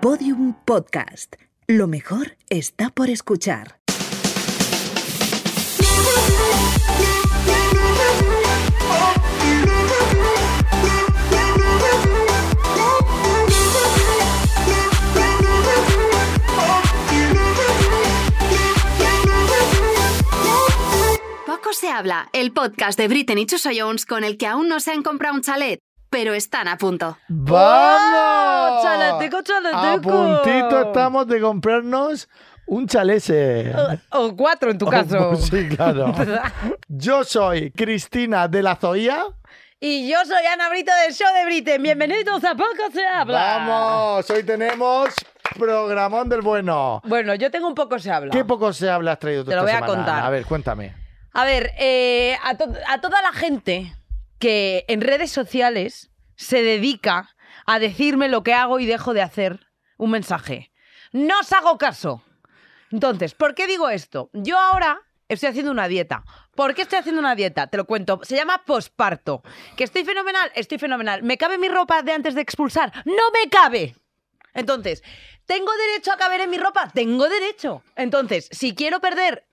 Podium Podcast. Lo mejor está por escuchar. Poco se habla, el podcast de Britney y Chuso Jones con el que aún no se han comprado un chalet, pero están a punto. ¡Vamos! ¡Oh! Chalateco, A chalateco. puntito estamos de comprarnos un chalese. O, o cuatro en Uh, tu caso. Oh, pues Sí, claro. Yo soy Cristina de la Zoía. Y yo soy Ana Brito del show de Briten. Bienvenidos a Poco se habla. Vamos, hoy tenemos programón del bueno. Bueno, yo tengo un poco se habla. ¿Qué poco se habla has traído tú Te lo esta voy a semana, contar. Ana? A ver, cuéntame. A ver, eh, a, to- a toda la gente que en redes sociales se dedica a decirme lo que hago y dejo de hacer, un mensaje. No os hago caso. Entonces, ¿por qué digo esto? Yo ahora estoy haciendo una dieta. ¿Por qué estoy haciendo una dieta? Te lo cuento. Se llama posparto. ¿Que estoy fenomenal? Estoy fenomenal. ¿Me cabe mi ropa de antes de expulsar? No me cabe. Entonces, ¿tengo derecho a caber en mi ropa? Tengo derecho. Entonces, si quiero perder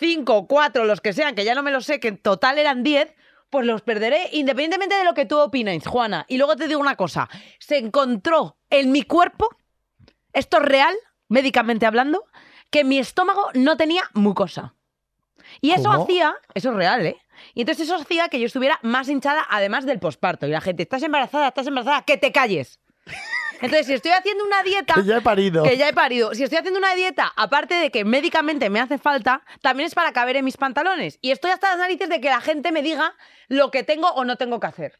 5, 4, los que sean, que ya no me lo sé, que en total eran 10, pues los perderé independientemente de lo que tú opines, Juana. Y luego te digo una cosa, se encontró en mi cuerpo, esto es real, médicamente hablando, que mi estómago no tenía mucosa. Y eso ¿Cómo? hacía, eso es real, ¿eh? Y entonces eso hacía que yo estuviera más hinchada, además del posparto. Y la gente, estás embarazada, estás embarazada, que te calles. Entonces, si estoy haciendo una dieta... Que ya he parido. Que ya he parido. Si estoy haciendo una dieta, aparte de que médicamente me hace falta, también es para caber en mis pantalones. Y estoy hasta las narices de que la gente me diga lo que tengo o no tengo que hacer.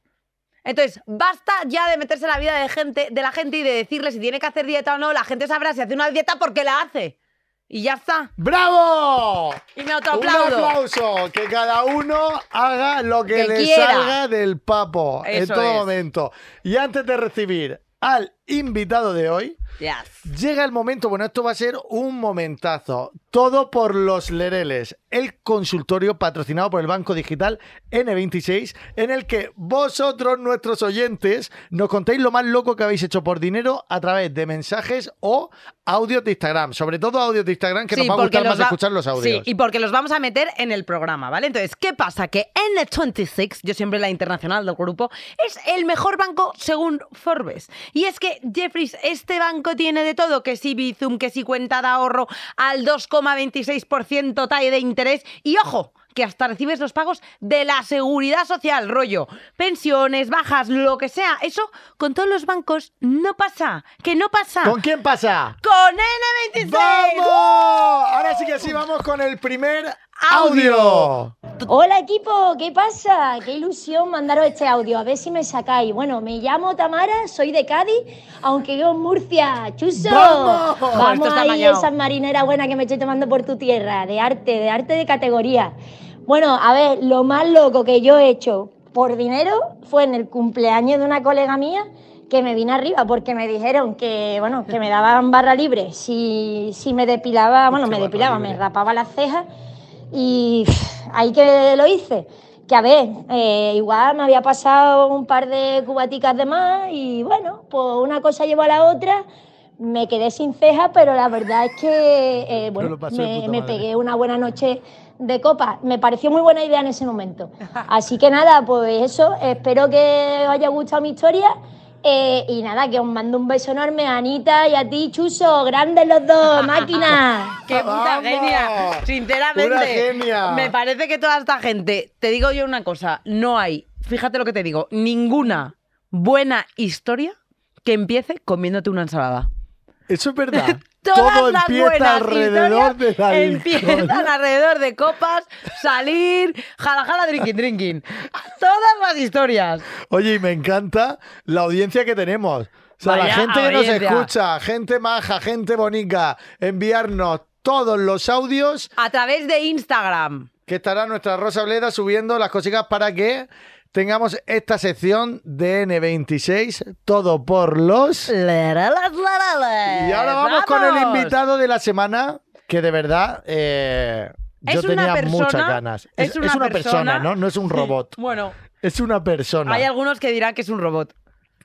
Entonces, basta ya de meterse en la vida de, gente, de la gente y de decirle si tiene que hacer dieta o no. La gente sabrá si hace una dieta porque la hace. Y ya está. ¡Bravo! Y me Un autoaplaudo. aplauso, que cada uno haga lo que, Que le quiera. salga del papo en Eso todo es. momento. Y antes de recibir al invitado de hoy, Yes. Llega el momento, bueno, esto va a ser un momentazo. Todo por los Lereles, el consultorio patrocinado por el Banco Digital N26, en el que vosotros, nuestros oyentes, nos contéis lo más loco que habéis hecho por dinero a través de mensajes o audios de Instagram. Sobre todo audios de Instagram, que Sí, nos va a porque gustar más va- escuchar los audios. Sí, y porque los vamos a meter en el programa, ¿vale? Entonces, ¿qué pasa? Que N26, yo siempre la internacional del grupo, es el mejor banco según Forbes. Y es que, Jeffries, este banco tiene de todo, que si Bizum, que si cuenta de ahorro al 2,26% TAE de interés. Y ojo, que hasta recibes los pagos de la seguridad social, rollo, pensiones, bajas, lo que sea. Eso con todos los bancos no pasa, que no pasa. ¿Con quién pasa? Con N26. ¡Vamos! Ahora sí que sí, vamos con el primer audio. Hola equipo, ¿qué pasa? Qué ilusión mandaros este audio, a ver si me sacáis. Bueno, me llamo Tamara, soy de Cádiz, aunque vivo en Murcia. ¡Chuso! ¡Vamos! Esto Vamos está ahí, mañado. esa marinera buena que me estoy tomando por tu tierra, de arte, de arte de categoría. Bueno, a ver, lo más loco que yo he hecho por dinero fue en el cumpleaños de una colega mía que me vine arriba porque me dijeron que, bueno, que me daban barra libre si, si me depilaba, bueno, me barra depilaba, libre. me rapaba las cejas y pff, ahí que lo hice. Que a ver, eh, igual me había pasado un par de cubaticas de más y bueno, pues una cosa llevó a la otra. Me quedé sin cejas, pero la verdad es que eh, bueno, lo pasó de me, puta me madre. pegué una buena noche de copa. Me pareció muy buena idea en ese momento. Así que nada, pues eso. Espero que os haya gustado mi historia. eh, y nada, que os mando un beso enorme a Anita y a ti, Chuso. Grandes los dos, máquinas. ¡Qué puta Ah, ¡Vamos! genia! Sinceramente. Una genia. Me parece que toda esta gente. Te digo yo una cosa. No hay, fíjate lo que te digo, ninguna buena historia que empiece comiéndote una ensalada. Eso es verdad. Todas Todo las empieza buenas alrededor historias del alcohol. empiezan alrededor de copas, salir, jala jala drinking drinking. Todas las historias. Oye, y me encanta la audiencia que tenemos. O sea, la Vaya gente que nos audiencia. escucha, gente maja, gente bonita, enviarnos todos los audios A través de Instagram. que estará nuestra Rosa Bleda subiendo las cositas para que tengamos esta sección de N26, todo por los... Laralas, laralas. Y ahora vamos, con el invitado de la semana, que de verdad... eh, yo Es una tenía persona- muchas ganas. es una persona, persona- ¿no? No es un robot. Bueno, Es una persona. hay algunos que dirán que es un robot.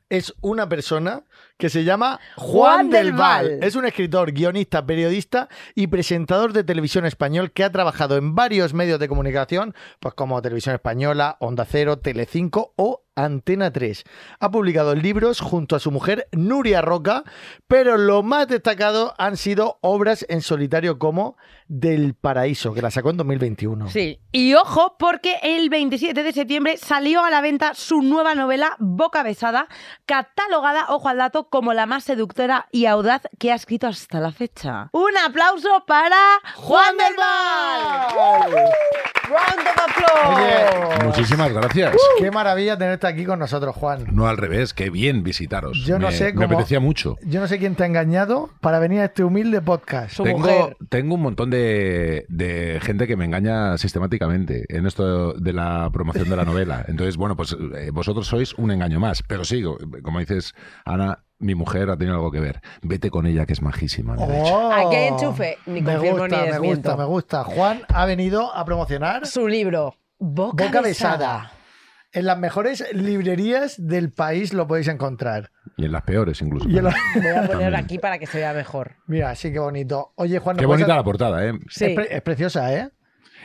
es una persona que se llama Juan Juan, del del Val. Val. Es un escritor, guionista, periodista y presentador de televisión español que ha trabajado en varios medios de comunicación, pues como Televisión Española, Onda Cero, Telecinco o Antena 3. Ha publicado libros junto a su mujer Nuria Roca, pero lo más destacado han sido obras en solitario como Del Paraíso, que la sacó en 2021. Sí, y ojo porque el 27 de septiembre salió a la venta su nueva novela Boca Besada, catalogada, ojo al dato, como la más seductora y audaz que ha escrito hasta la fecha. Un aplauso para Juan del Val. Round of applause. Oye, Muchísimas gracias. Qué maravilla tenerte aquí con nosotros, Juan. No al revés, qué bien visitaros. Yo no Me- sé cómo- Me apetecía mucho. Yo no sé quién te ha engañado para venir a este humilde podcast. Su Tengo, mujer. tengo un montón de, de gente que me engaña sistemáticamente en esto de la promoción de la novela. Entonces, bueno, pues eh, vosotros sois un engaño más. Pero sí, como dices, Ana, mi mujer ha tenido algo que ver. Vete con ella, que es majísima. me ha dicho. Oh. Aquí hay enchufe, ni me confirmo gusta, ni me desmiento. gusta, me gusta. Juan ha venido a promocionar Su libro Boca, Boca besada. Besada. En las mejores librerías del país lo podéis encontrar. Y en las peores, incluso. Y en la- Voy a poner aquí para que se vea mejor. Mira, sí, qué bonito. Oye, Juan, ¿nos Qué puedes bonita la hacer- portada, ¿eh? Sí. es, pre- es preciosa, ¿eh?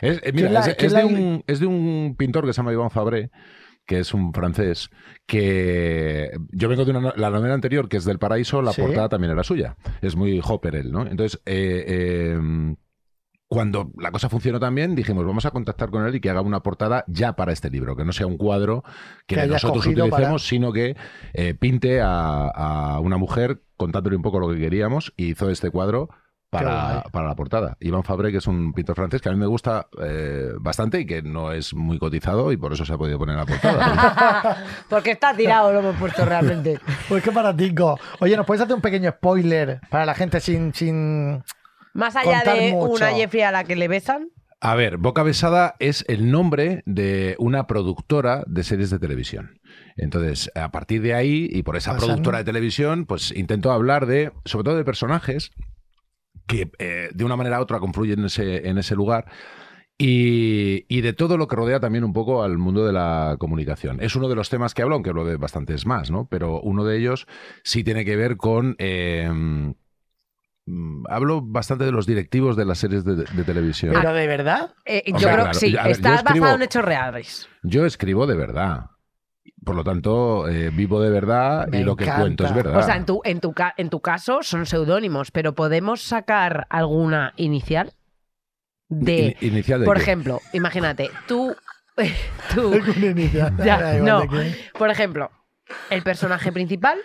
Es, eh, ¿Quién la- mira, es, quién es la de ili- un, es de un pintor que se llama Iván Fabré, que es un francés, que yo vengo de una, no- la novela anterior, que es del Paraíso, la Sí. portada también era suya. Es muy Hopper él, ¿no? Entonces, eh, eh, cuando la cosa funcionó también, dijimos, vamos a contactar con él y que haga una portada ya para este libro, que no sea un cuadro que, Que hayas nosotros cogido utilicemos, para- sino que eh, pinte a, a una mujer contándole un poco lo que queríamos y hizo este cuadro Qué para, guay. para la portada. Iván Fabre, que es un pintor francés que a mí me gusta eh, bastante y que no es muy cotizado y por eso se ha podido poner en la portada. Porque está tirado, lo hemos puesto realmente. Pues qué baratico. Oye, ¿nos puedes hacer un pequeño spoiler para la gente sin... sin... Más allá Contar de mucho. una Jeffrey a la que le besan, a ver, Boca Besada es el nombre de una productora de series de televisión. Entonces, a partir de ahí y por esa Pasan. productora de televisión, pues intento hablar de, sobre todo de personajes que eh, de una manera u otra confluyen en ese, en ese lugar. Y, y de todo lo que rodea también un poco al mundo de la comunicación. Es uno de los temas que hablo, aunque hablo de bastantes más, ¿no? Pero uno de ellos sí tiene que ver con... eh, mm, hablo bastante de los directivos de las series de, de televisión. ¿Pero de verdad? eh, yo Hombre, creo que claro. sí, A ver, yo está escribo- basado en hechos reales. Yo escribo de verdad. Por lo tanto, eh, vivo de verdad Me y lo encanta. que cuento es verdad. O sea, en tu, en tu, ca- en tu caso son seudónimos, pero podemos sacar alguna inicial de, In- inicial de por qué? ejemplo, imagínate, tú, tú, Ya, Da igual no. de qué. por ejemplo, el personaje principal,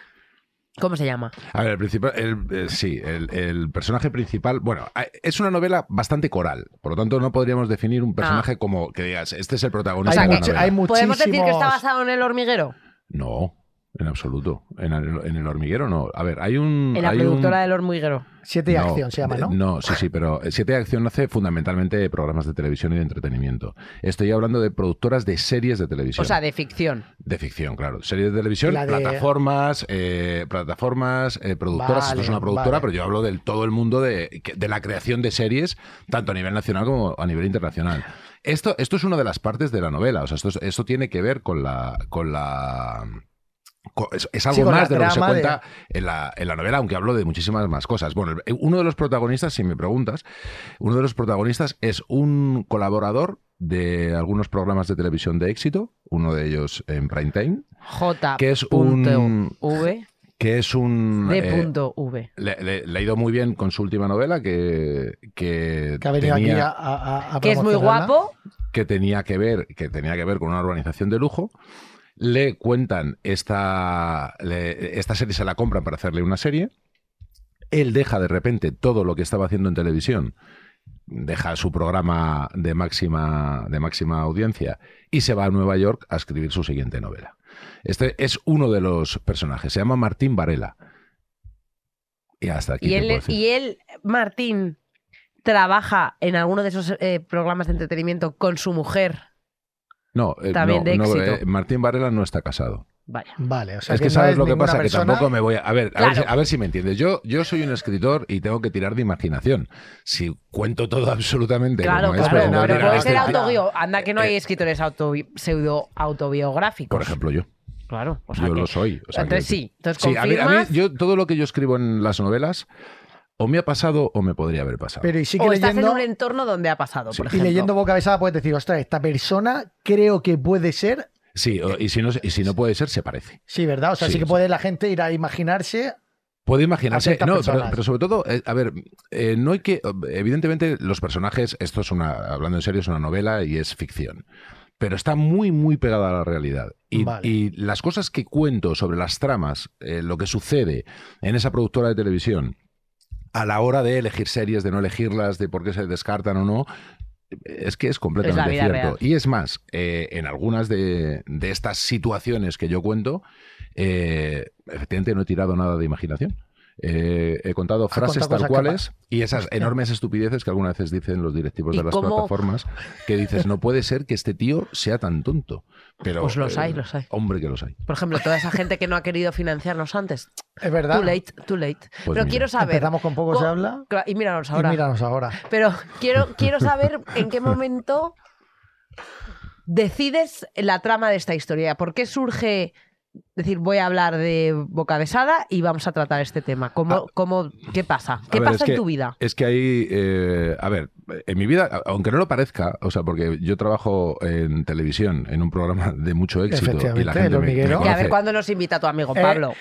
¿cómo se llama? A ver, el principal, el, eh, sí, el, el personaje principal, bueno, a- es una novela bastante coral, por lo tanto no podríamos definir un personaje Ah. como que digas, este es el Hay, protagonista de la mucho- novela. hay muchísimos... Podemos decir que está basado en el hormiguero, No, en absoluto. En el, en el hormiguero no. A ver, hay un... en la Mm, hay productora un... del hormiguero. Siete y No, acción se llama, eh, ¿no? No, sí, sí, pero Siete de Acción hace fundamentalmente programas de televisión y de entretenimiento. Estoy hablando de productoras de series de televisión. O sea, de ficción. De ficción, claro. Series de televisión, La de- plataformas, eh, plataformas, eh, Vale, productoras. Esto es una productora, vale. pero yo hablo del todo el mundo de, que- de la creación de series, tanto a nivel nacional como a nivel internacional. Esto, esto es una de las partes de la novela. O sea, esto, es- esto tiene que ver con la. Con la co- es, es algo con la más de lo que se trama de- cuenta en, la, en la novela, aunque hablo de muchísimas más cosas. Bueno, el- uno de los protagonistas, si me preguntas, uno de los protagonistas es un colaborador de algunos programas de televisión de éxito, uno de ellos en prime time, J. Que es punto un- V que es un... de eh, punto V. le, le- le ha ido muy bien con su última novela que, que, Que ha venido aquí tenía, a, a- a Que es muy promocionarla. guapo. que tenía que ver que tenía que ver con una urbanización de lujo. Le cuentan esta, le- esta serie, se la compran para hacerle una serie. Él deja de repente todo lo que estaba haciendo en televisión, deja su programa de máxima, de máxima audiencia y se va a Nueva York a escribir su siguiente novela. Este es uno de los personajes, se llama Martín Varela. Y hasta aquí. Y te él, puedo decir. y él, Martín, trabaja en alguno de esos eh, programas de entretenimiento con su mujer. No, eh, También no, de no, éxito. eh, Martín Varela no está casado. Vaya. Vale, o sea es que, que no sabes es lo que ninguna pasa, persona- que tampoco me voy a... A ver, a, ver, si, Claro. a ver si me entiendes. Yo, yo soy un escritor y tengo que tirar de imaginación. Si cuento todo absolutamente claro, como es, este claro. pero no Pero, tiene puede que ser ser- autobio. Anda que no hay escritores autobi- pseudo autobiográficos. Eh, Por ejemplo, yo. Claro. o sea Yo que- lo soy. o sea que- entonces sí, entonces Sí, a mí, a mí- confirmas. yo todo lo que yo escribo en las novelas o me ha pasado o me podría haber pasado. Pero y sí que O estás en leyendo, un entorno donde ha pasado, Sí. y por ejemplo. leyendo boca besada puedes decir, ostras, esta persona creo que puede ser. sí, o- y si, no, y si no puede ser, se parece. Sí, ¿verdad? O sea, sí, Sí, que sí. puede la gente ir a imaginarse. A Puede imaginarse. ciertas No, pero, personas. pero sobre todo, eh, a ver, eh, no hay que. Evidentemente, los personajes, esto es una. Hablando en serio, es una novela y es ficción. Pero está muy, muy pegada a la realidad. Y, Vale. y las cosas que cuento sobre las tramas, eh, lo que sucede en esa productora de televisión, a la hora de elegir series, de no elegirlas, de por qué se descartan o no, eh, es que es completamente vida cierto. real. Y es más, eh, en algunas de, de estas situaciones que yo cuento, eh, efectivamente no he tirado nada de imaginación. Eh, he contado frases contado tal cosas que cuales y esas enormes estupideces que algunas veces dicen los directivos ¿Y de las cómo? plataformas que dices no puede ser que este tío sea tan tonto pero eh, Pues los hay, los hay. hombre que los hay Por ejemplo, toda esa gente que no ha querido financiarnos antes. Es verdad. Too late, too late. Pero Pues mira. quiero saber. Empezamos con poco se co- habla. Cla- Y míranos Y ahora. míranos ahora. Pero quiero, quiero saber en qué momento decides la trama de esta historia. ¿Por qué surge decir voy a hablar de boca besada y vamos a tratar este tema? ¿Cómo, Ah. cómo, ¿Qué pasa? A ¿Qué ver, pasa es en que- tu vida? Es que ahí, eh, a ver, en mi vida, a- aunque no lo parezca, o sea, porque yo trabajo en televisión, en un programa de mucho éxito, y Efectivamente, la gente el me- me hormiguero. Y a ver conoce. cuándo nos invita tu amigo Eh, Pablo.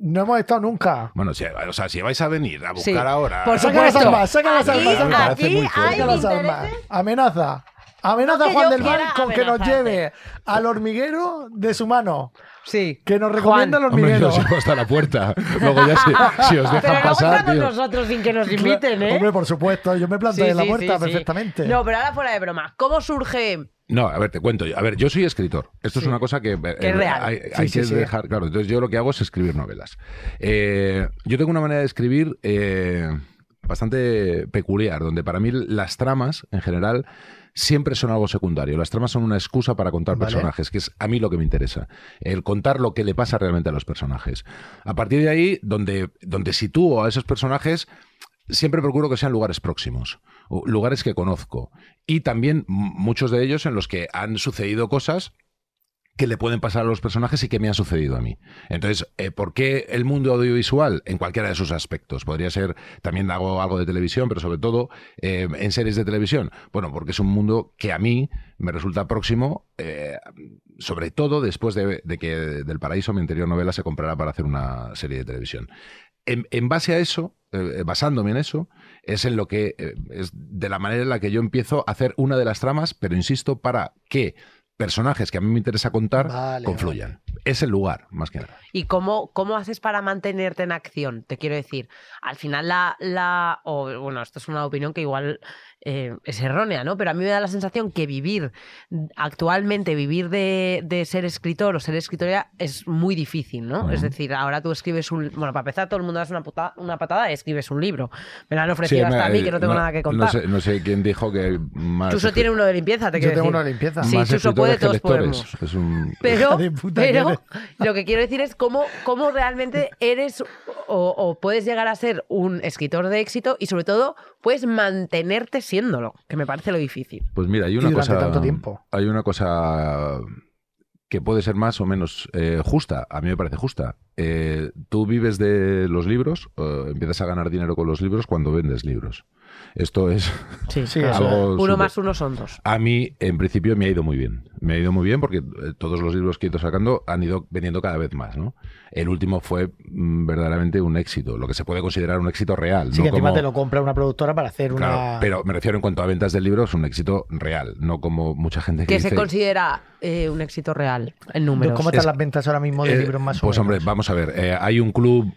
No hemos estado nunca. Bueno, si, o sea, si vais a venir a buscar Sí. ahora... Por Saca las supuesto. armas, saca las Aquí- armas. saca- Me parece aquí muy fuerte. hay Saca las intereses. armas. Amenaza. Amenaza No a que Juan yo del quiera Val con que nos amenazarte. lleve al hormiguero de su mano. Sí. Que nos recomienda el Hombre, hormiguero. os llevo hasta la puerta. Luego ya si, si os dejan Pero luego pasar, entramos tío. nosotros sin que nos inviten, ¿eh? Hombre, por supuesto, yo me planté Sí, en la sí, puerta sí, sí. perfectamente. No, pero ahora fuera de broma. ¿Cómo surge? No, a ver, te cuento. A ver, yo soy escritor. Esto Sí. es una cosa que, eh, es real. hay, Sí, hay sí, que sí. dejar. Claro, entonces yo lo que hago es escribir novelas. Eh, yo tengo una manera de escribir eh, bastante peculiar, donde para mí las tramas, en general, siempre son algo secundario. Las tramas son una excusa para contar Vale. personajes, que es a mí lo que me interesa. El contar lo que le pasa realmente a los personajes. A partir de ahí, donde, donde sitúo a esos personajes, siempre procuro que sean lugares próximos, o lugares que conozco. Y también m- muchos de ellos en los que han sucedido cosas que le pueden pasar a los personajes y que me han sucedido a mí. Entonces, eh, ¿por qué el mundo audiovisual? En cualquiera de sus aspectos. Podría ser, también hago algo de televisión, pero sobre todo eh, en series de televisión. Bueno, porque es un mundo que a mí me resulta próximo, eh, sobre todo después de, de que Del Paraíso, mi anterior novela, se comprara para hacer una serie de televisión. En, en base a eso, eh, basándome en eso, es en lo que eh, es de la manera en la que yo empiezo a hacer una de las tramas, pero insisto, para que personajes que a mí me interesa contar Vale, confluyan. Es el lugar, más que nada. ¿Y cómo, cómo haces para mantenerte en acción? Te quiero decir, al final la... la o, bueno, esto es una opinión que igual eh, es errónea, ¿no? Pero a mí me da la sensación que vivir actualmente, vivir de, de ser escritor o ser escritora es muy difícil, ¿no? Ujú. Es decir, ahora tú escribes un... Bueno, para empezar, todo el mundo das una, puta- una patada y escribes un libro. Me la han ofrecido Sí, hasta a me- mí, que no tengo no- nada que no contar. sé, no sé quién dijo que más. Chuso tiene uno de limpieza, te Yo quiero tengo decir. una limpieza. Sí, más Chuso escritores puede, que todos lectores. podemos. Es un- Pero, Hija de puta que pero eres. lo que quiero decir es cómo, cómo realmente eres o, o puedes llegar a ser un escritor de éxito y sobre todo puedes mantenerte siéndolo, que me parece lo difícil. Pues mira, hay Y una durante cosa. tanto tiempo. Hay una cosa que puede ser más o menos eh, justa. A mí me parece justa. Eh, tú vives de los libros, eh, empiezas a ganar dinero con los libros cuando vendes libros. Esto es Sí, eso algo. Uno súper- más uno son dos. A mí, en principio, me ha ido muy bien. Me ha ido muy bien porque eh, todos los libros que he ido sacando han ido vendiendo cada vez más, ¿no? El último fue mm, verdaderamente un éxito, lo que se puede considerar un éxito real. Sí, no que encima como- te lo compra una productora para hacer una. Claro, pero me refiero en cuanto a ventas de libros, un éxito real, no como mucha gente que Que dice... se considera eh, un éxito real en números. ¿Cómo están Es- las ventas ahora mismo de Eh, libros más o Pues hombre, menos? vamos a ver, eh, hay un club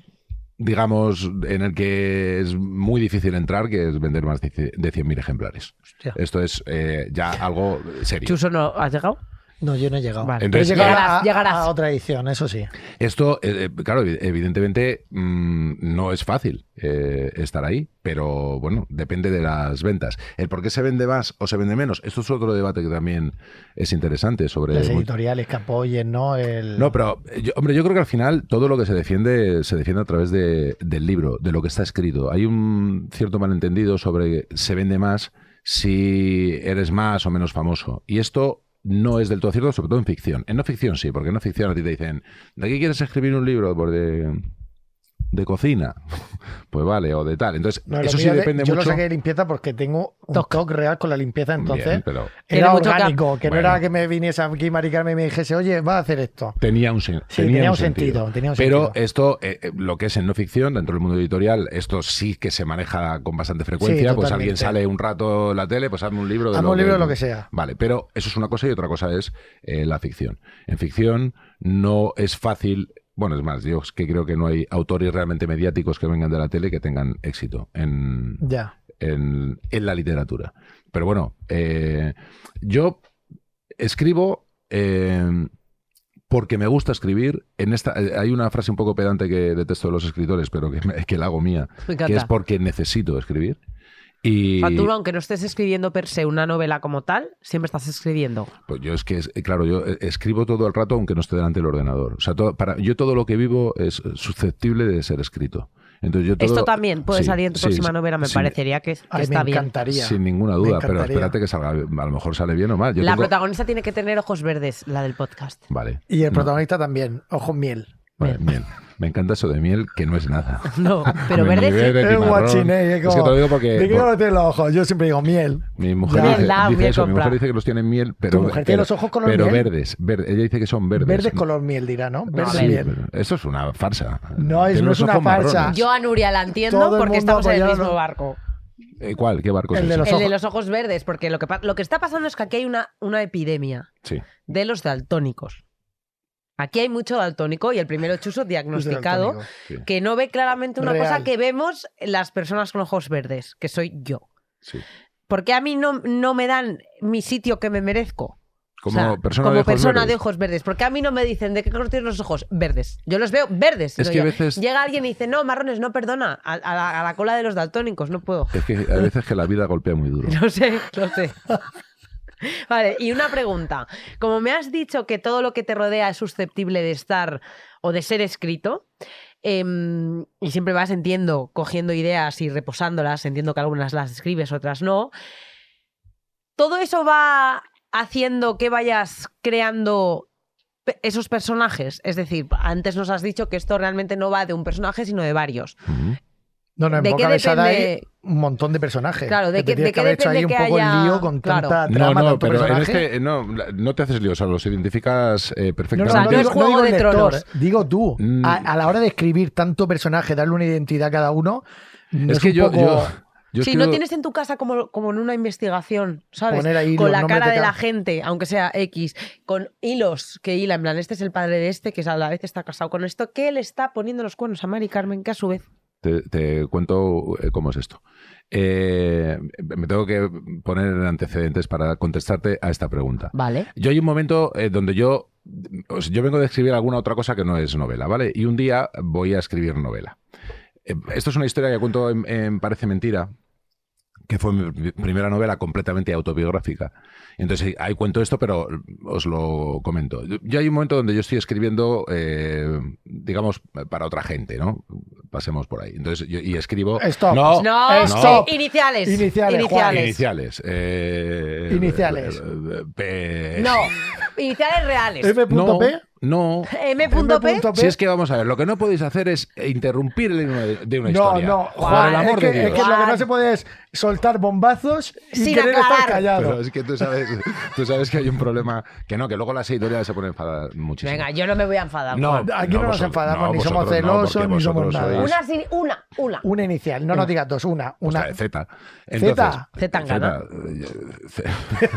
digamos, en el que es muy difícil entrar, que es vender más de c- de 100.000 ejemplares. Hostia. Esto es eh, ya algo serio. Chuso, ¿no has llegado? No, yo no he llegado. Vale. Pero he Entonces, llegado Llegarás, a, llegarás. a otra edición, eso sí. Esto, eh, eh, claro, evi- evidentemente mm, no es fácil eh, estar ahí, pero bueno, depende de las ventas. El por qué se vende más o se vende menos, esto es otro debate que también es interesante sobre... Las mu- editoriales que apoyen, ¿no? El... No, pero eh, yo- hombre, yo creo que al final todo lo que se defiende se defiende a través de- del libro, de lo que está escrito. Hay un cierto malentendido sobre se vende más si eres más o menos famoso. Y esto no es del todo cierto, sobre todo en ficción. En no ficción sí, porque en no ficción a ti te dicen, ¿de qué quieres escribir un libro? Pues de, de cocina. pues vale, o de tal. Entonces, No, lo eso sí mío de- depende yo mucho. lo saqué de limpieza porque tengo un toque real con la limpieza, entonces Bien, pero era Tiene mucho orgánico, que no Bueno. era que me viniese aquí Mari Carmen y me dijese, oye, vas a hacer esto. Tenía un, sen- Sí, tenía un sentido, tenía un Pero sentido. esto, eh, eh, lo que es en no ficción, dentro del mundo editorial, esto sí que se maneja con bastante frecuencia. pues totalmente. alguien sale un rato en la tele, pues hazme un libro de Hazme lo un libro de lo que sea. Vale, pero eso es una cosa y otra cosa es eh, la ficción. En ficción no es fácil. Bueno, es más, yo es que creo que no hay autores realmente mediáticos que vengan de la tele que tengan éxito en, Ya. en, en la literatura. Pero bueno, eh, yo escribo eh, porque me gusta escribir. En esta eh, hay una frase un poco pedante que detesto de los escritores, pero que, me- que la hago mía, Me que es encanta. porque necesito escribir. Y Fatura, aunque no estés escribiendo per se una novela como tal, siempre estás escribiendo. pues yo es que, es- claro, yo eh, escribo todo el rato aunque no esté delante del ordenador. O sea, todo- para, yo todo lo que vivo es eh, susceptible de ser escrito. Entonces yo todo- Esto también puede Sí, salir en tu sí, próxima sí, novela, me sí. parecería que, que Ay, está me bien. encantaría. Sin ninguna Me duda, pero encantaría. espérate que salga, a lo mejor sale bien o mal. Yo la tengo- protagonista tiene que tener ojos verdes, la del podcast. Vale. Y el No. protagonista también, ojos miel. Vale, miel. Me encanta eso de miel, que no es nada. No, pero Ni verde. verde, ni Es marrón. guachiné, es Es que te como, lo digo ¿De porque qué por- color tienen los ojos? Yo siempre digo miel. mi mujer, Ya. dice, Miel, lao, dice miel eso, mi mujer comprada. dice que los tiene en miel, pero, ¿Tu mujer tiene pero- los ojos color pero miel? verdes, verde. Ella dice que son verdes. Ah, Verdes color miel, dirá, ¿no? Verde Sí, miel. pero Eso es una farsa. No, es- Tiene no los es una ojos farsa. marrones. Yo a Nuria la entiendo Todo el porque mundo estamos en el apoyado, mismo ¿no? barco. Eh, ¿Cuál? ¿Qué barco es El de ese? los el de ojos. los ojos verdes, porque lo que, pa- lo que está pasando es que aquí hay una, una epidemia Sí. de los daltónicos. Aquí hay mucho daltónico y el primero chuso diagnosticado Daltónico. que no ve claramente una Real. cosa que vemos las personas con ojos verdes, que soy yo. sí. Porque a mí no, no me dan mi sitio que me merezco. O Como sea, persona, como de, ojos persona de verdes. ojos verdes. Porque a mí no me dicen de qué color tienen los ojos. Verdes. Yo los veo verdes. Es Digo que a yo, veces- Llega alguien y dice, no, marrones, no, perdona. A, a la, a la cola de los daltónicos, no puedo. Es que hay veces que la vida golpea muy duro. No sé, no sé. Vale, y una pregunta. Como me has dicho que todo lo que te rodea es susceptible de estar o de ser escrito, em, y siempre vas, entiendo, cogiendo ideas y reposándolas, entiendo que algunas las escribes, otras no, ¿todo eso va haciendo que vayas creando pe- esos personajes? Es decir, antes nos has dicho que esto realmente no va de un personaje, sino de varios. Ujú. No, no, en ¿De boca qué besada hay depende? un montón de personajes. Claro, ¿de Que qué- tendrías de qué haber hecho ahí depende un que poco haya- el lío con Claro. tanta No, trama, no, tanto pero en personaje. este no, la- no te haces lío, o sea, los identificas eh, No, perfectamente. no, no, no es digo- no Juego digo de el lector, Tronos. Digo tú, Mm. a, a la hora de escribir tanto personaje, darle una identidad a cada uno, no es, es, que un yo, poco yo, yo si escribo- no tienes en tu casa como, como en una investigación, ¿sabes? poner ahí con los la nombres cara de, cada- la gente, aunque sea X, con hilos que hila, en plan, este es el padre de este, que a la vez está casado con esto, que le está poniendo los cuernos a Mari Carmen, que a su vez. Te, te cuento eh, cómo es esto. Eh, me tengo que poner en antecedentes para contestarte a esta pregunta. Vale. Yo hay un momento eh, donde yo, o sea, yo vengo de escribir alguna otra cosa que no es novela, ¿vale? Y un día voy a escribir novela. Eh, esto es una historia que cuento en, en Parece Mentira, que fue mi pri- primera novela completamente autobiográfica. Entonces eh, ahí cuento esto, pero os lo comento. Yo- Yo hay un momento donde yo estoy escribiendo, eh, digamos, para otra gente, ¿no? Pasemos por ahí. Entonces yo y escribo. Stop. No, No, Eh, stop. eh, iniciales. Iniciales, Juan. Iniciales. Iniciales. eh, Iniciales. P- No, iniciales reales. M.P. No, no. M.P. M.P.. Si es que vamos a ver, lo que no podéis hacer es interrumpir el himno de de una No, historia. no, Por Juan, el es, amor que, de Dios. es que lo que no Juan. se puede es soltar bombazos y Sin querer estar aclarar. callado. Pero es que tú sabes, tú sabes que hay un problema que no, que luego las editoriales se ponen enfadadas muchísimo. Venga, yo no me voy a enfadar. no, Juan. Aquí no nos vosotros- enfadamos, ni somos vosotros no, celosos, porque ni somos vosotros nada. sois- Una, sin- una, una. Una inicial, no nos digas dos, una. o sea, una Z. Zeta. Zetangana. Zeta, eh,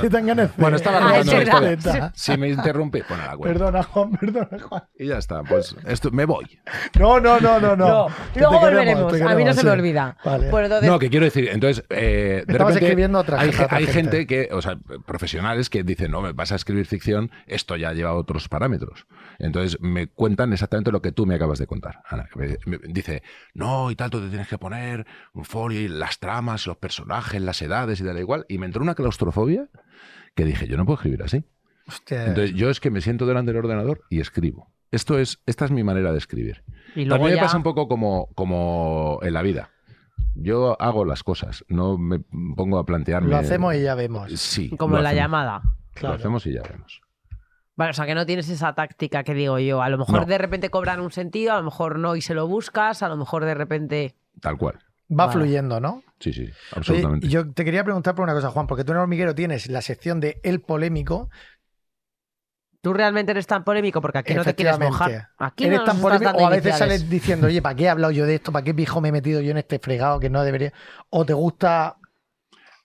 Se te engaña. Bueno, estaba Ah, es contando la verdad. historia. Si me interrumpe, bueno, la cuento. Perdona, Juan, perdona, Juan. Y ya está, pues esto, me voy. No, no, no, no, no. No, Que te luego queremos, volveremos. te a mí no queremos, se me sí. olvida. Vale. Pues entonces, No, que quiero decir, entonces, eh, de Estabas repente escribiendo otra hay, gente, ge- otra hay gente. gente que, o sea, profesionales que dicen, no, me vas a escribir ficción, esto ya lleva otros parámetros. Entonces me cuentan exactamente lo que tú me acabas de contar, Ana. Me- me dice, no, y tal, tú te tienes que poner un folio y las tramas, los personajes, las edades y tal, igual. Y me entró una claustrofobia que dije, yo no puedo escribir así. Eh, Hostia. Entonces yo es que me siento delante del ordenador y escribo. Esto es, esta es mi manera de escribir. y luego También me ya- pasa un poco como, como en la vida. Yo hago las cosas, no me pongo a plantearme. Lo hacemos y ya vemos. Sí. Como lo en la hacemos. llamada. Claro. Lo hacemos y ya vemos. Vale, o sea, que no tienes esa táctica que digo yo. A lo mejor No. de repente cobran un sentido, a lo mejor no y se lo buscas, a lo mejor de repente... Tal cual. Va Vale. fluyendo, ¿no? Sí, sí, Oye, absolutamente. yo te quería preguntar por una cosa, Juan, porque tú en el hormiguero tienes la sección de El Polémico. Tú realmente eres tan polémico porque aquí no te quieres Efectivamente. mojar. Aquí Eres no tan nos estás polémico dando o a veces iniciales. sales diciendo, oye, ¿para qué he hablado yo de esto? ¿Para qué pijo me he metido yo en este fregado que no debería? ¿O te gusta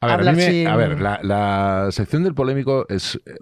a ver, a hablar mí me- sin- a ver, la, la sección del polémico es, eh,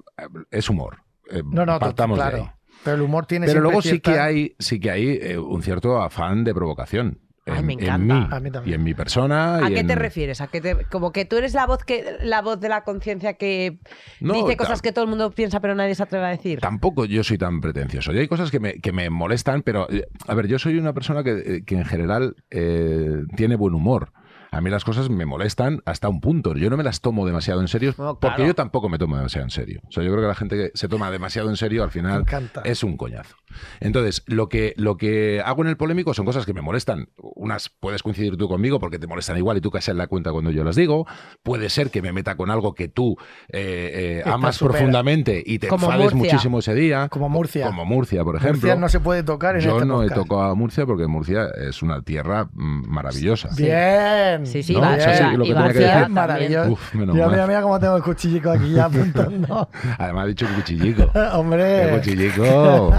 es humor. Eh, No, no, to- partamos de claro. ahí. Pero el humor tiene Pero siempre luego sí que cierta- hay, sí que hay eh, un cierto afán de provocación. Ay, en, me en encanta. mí A mí también. y en mi persona. ¿A y qué te en- refieres? ¿A qué te- Como que tú eres la voz que la voz de la conciencia que No, dice cosas tam- que todo el mundo piensa pero nadie se atreve a decir. Tampoco yo soy tan pretencioso. Y hay cosas que me, que me molestan, pero eh, a ver, yo soy una persona que, eh, que en general eh, tiene buen humor. A mí las cosas me molestan hasta un punto. Yo no me las tomo demasiado en serio No, claro. porque yo tampoco me tomo demasiado en serio. O sea, yo creo que la gente que se toma demasiado en serio al Me final encanta. Es un coñazo. Entonces, lo que, lo que hago en el polémico son cosas que me molestan. Unas puedes coincidir tú conmigo porque te molestan igual y tú caes en la cuenta cuando yo las digo. Puede ser que me meta con algo que tú eh, eh, Estás amas supera. profundamente y te Como enfades Murcia. muchísimo ese día. Como Murcia. Como Murcia, por ejemplo. Murcia no se puede tocar en yo este no podcast. he tocado a Murcia porque Murcia es una tierra mm, maravillosa. Bien. Sí, sí, No, va, eso sí, va, lo que y va tenía hacia que decir. Murcia es también. maravilloso. Uf, menos Mira, mal. mira, mira cómo tengo el cuchillico aquí ya apuntando. Además, ha dicho cuchillico. Eh. Hombre. El cuchillico.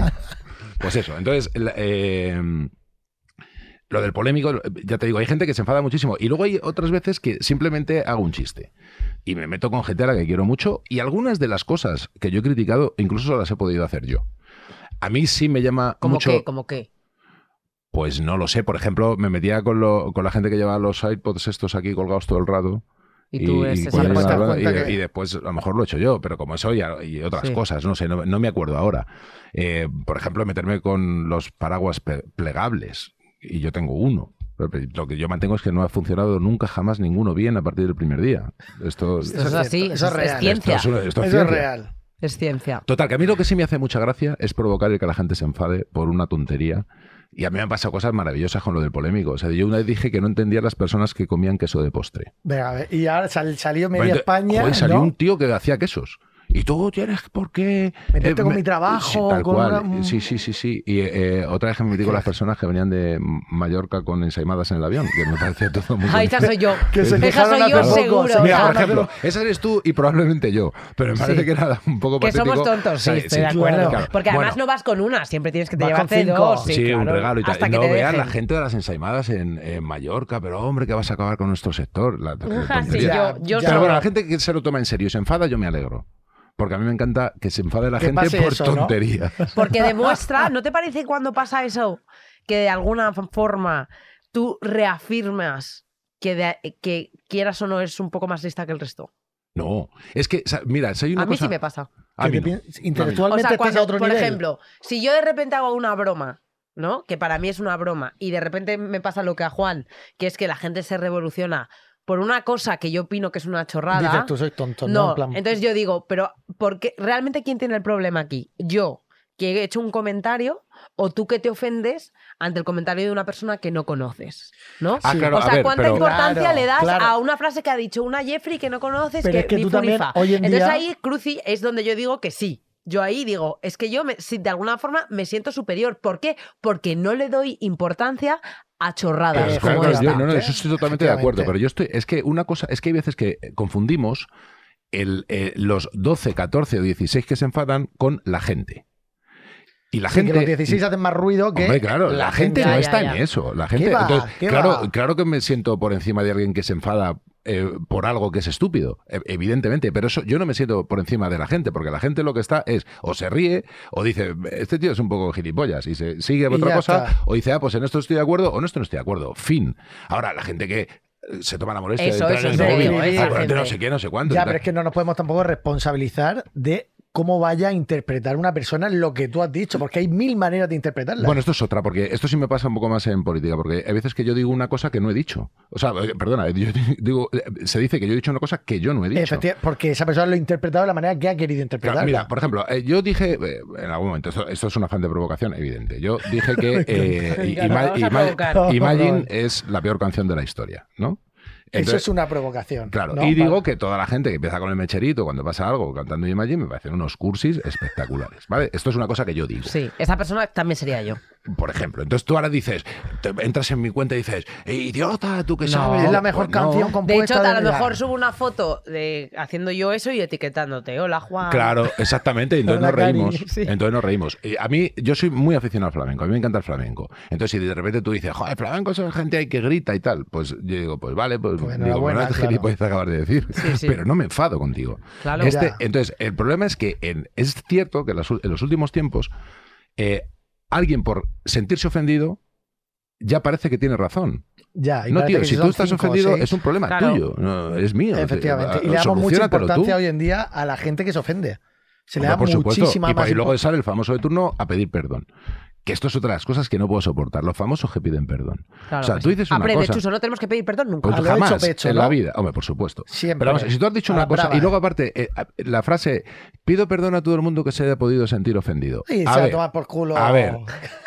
Pues eso, entonces, la- eh, lo del polémico, ya te digo, hay gente que se enfada muchísimo y luego hay otras veces que simplemente hago un chiste y me meto con gente a la que quiero mucho y algunas de las cosas que yo he criticado incluso las he podido hacer yo. A mí sí me llama ¿Cómo mucho... qué? ¿Cómo qué? Pues no lo sé, por ejemplo, me metía con, lo- con la gente que llevaba los iPods estos aquí colgados todo el rato. Y tú eres esa cuando cuando iban te das hablando- y cuenta de- que- y después a lo mejor lo he hecho yo, pero como eso y, a- y otras Sí. cosas, no sé, no, no me acuerdo ahora. Eh, por ejemplo, meterme con los paraguas pe- plegables y yo tengo uno. Pero Lo que yo mantengo es que no ha funcionado nunca jamás ninguno bien a partir del primer día. Eso Esto, esto es Eso es así, cierto, eso eso es, es es real. ciencia. es una- esto es Eso es ciencia. real. Es ciencia. Total, que a mí lo que sí me hace mucha gracia es provocar el que la gente se enfade por una tontería. Y a mí me han pasado cosas maravillosas con lo del polémico. O sea, yo una vez dije que no entendía las personas que comían queso de postre. Venga, a ver, y ahora sal- salió media Pues Entonces, España. joder, salió ¿no? un tío que hacía quesos. Y tú tienes por qué. eh, Meterte con me- mi trabajo, Sí, tal con cual. una- mm. Sí, sí, sí, sí. Y eh, eh, otra vez que me metí con las personas que venían de Mallorca con ensaimadas en el avión, que me parecía todo muy. Ahí esa soy yo. Que se esa quejaron soy yo hace poco, se quejaron seguro. Mira, Ah, por no, ejemplo, esa eres tú y probablemente yo. Pero me parece Sí. que era un poco que patético. somos tontos, sí, Sa- estoy de acuerdo. claro. Porque además Bueno, no vas con una, siempre tienes que te Vas con llevarte cinco. dos. Sí, Sí, un claro, regalo y tal. Hasta que no te vean dejen. la gente de las ensaimadas en, en Mallorca, pero hombre, que vas a acabar con nuestro sector. La, la Ajá, Ah, sí, tontería. Ya, yo, yo ya. Pero solo. bueno, la gente que se lo toma en serio y se enfada, yo me alegro. Porque a mí me encanta que se enfade la Que gente pase por eso, ¿no? tonterías. Porque demuestra, ¿no te parece cuando pasa eso? Que de alguna forma tú reafirmas que, de- que quieras o no es un poco más lista que el resto. No, es que, sa- mira, si hay una a mí cosa... Ah, sí me pasa. que a mí te no. piensas- intelectualmente o sea, estás cuando, a otro por nivel. ejemplo, si yo de repente hago una broma, ¿no? Que para mí es una broma, y de repente me pasa lo que a Juan, que es que la gente se revoluciona por una cosa que yo opino que es una chorrada. Dices tú sois tonto, ¿no? No, En plan, entonces yo digo, pero ¿por qué- realmente quién tiene el problema aquí? ¿Yo, que he hecho un comentario, o tú que te ofendes ante el comentario de una persona que no conoces? ¿no? Ah, claro, o sea, a ver, ¿cuánta pero- importancia Claro, le das claro. a una frase que ha dicho una Jeffrey que no conoces? Pero es que ni tú fu ni también, fa? hoy en Entonces día- ahí, Cruci, es donde yo digo que sí. Yo ahí digo, es que yo me- si de alguna forma me siento superior. ¿Por qué? Porque no le doy importancia a chorradas Pero, Eh, como claro, joder, esta. yo- no, no, ¿eh? eso estoy totalmente de acuerdo. Efectivamente. Pero yo estoy... Es que una cosa... Es que hay veces que eh, confundimos el, eh, los 12, 14 o 16 que se enfadan con la gente. Y la sí, gente... que los 16 hacen más ruido que. Hombre, claro, la, gente, gente- no Ya, está ya, en ya. eso. La gente, va? entonces, ¿Qué claro, va? claro que me siento por encima de alguien que se enfada eh, por algo que es estúpido, e- evidentemente, pero eso yo no me siento por encima de la gente, porque la gente lo que está es o se ríe o dice, este tío es un poco gilipollas y se sigue Y otra ya cosa, está. o dice, ah, pues en esto estoy de acuerdo o en esto no estoy de acuerdo. Fin. Ahora, la gente que eh, se toma la molestia Eso, de eso es entrar en lo que el móvil, digo, ¿eh? esa "Ah, ponte no gente". sé qué, no sé cuándo. y Ya, tal". pero es que no nos podemos tampoco responsabilizar de cómo vaya a interpretar una persona lo que tú has dicho, porque hay mil maneras de interpretarla. Bueno, esto es otra, porque esto sí me pasa un poco más en política, porque hay veces que yo digo una cosa que no he dicho. O sea, eh, perdona, yo digo, eh, se dice que yo he dicho una cosa que yo no he dicho. Efecti- porque esa persona lo ha interpretado de la manera que ha querido Claro, interpretarla. mira, por ejemplo, eh, yo dije, eh, en algún momento, esto, esto es un afán de provocación evidente, yo dije que eh, encanta. i- Venga, nos ima- vamos a ima- provocar. Imagine es la peor canción de la historia, ¿no? Eso Entonces- es una provocación. Claro, No, y vale. digo que toda la gente que empieza con el mecherito cuando pasa algo cantando Imagine me parecen unos cursis espectaculares, ¿vale? Esto es una cosa que yo digo, Sí, esa persona también sería yo. por ejemplo. Entonces tú ahora dices, te- entras en mi cuenta y dices, idiota, tú que No, sabes. es la mejor Pues no. canción De compuesta. hecho, a de lo la- mejor subo una foto de haciendo yo eso y etiquetándote. Hola, Juan. Claro, exactamente. y Entonces nos Hola, Cari. reímos. Sí. Entonces nos reímos. Y a mí, yo soy muy aficionado al flamenco. A mí me encanta el flamenco. Entonces, si de repente tú dices, joder, flamenco son gente ahí que grita y tal, pues yo digo, pues vale, pues, Pues digo, enhorabuena, bueno, claro. gilipollas te acabas de decir. Sí, sí. Pero no me enfado contigo. Claro. Este- Ya. entonces, el problema es que en- es cierto que en, las ul- en los últimos tiempos, eh, alguien por sentirse ofendido ya parece que tiene razón. Ya, y no, parece tío, que si son tú estás cinco o ofendido, seis. es un problema Claro. tuyo, no, es mío. Efectivamente. Eh, Y le damos mucha soluciónatelo tú. importancia hoy en día a la gente que se ofende. Se le Hombre, da muchísima Y, pa- más y luego importancia. sale el famoso de turno a pedir perdón. Que esto es otra de las cosas que no puedo soportar. Los famosos que piden perdón. Claro o sea, que tú sí. dices una Hombre, cosa. de Chuso, no tenemos que pedir perdón nunca. Pues A lo jamás hecho pecho, en ¿no? la vida. Hombre, por supuesto. Siempre. Pero vamos, si tú has dicho A una la cosa brava. y luego aparte, eh, a- la frase, pido perdón a todo el mundo que se haya podido sentir ofendido. Y se a, va a ver, tomar por culo. a ver,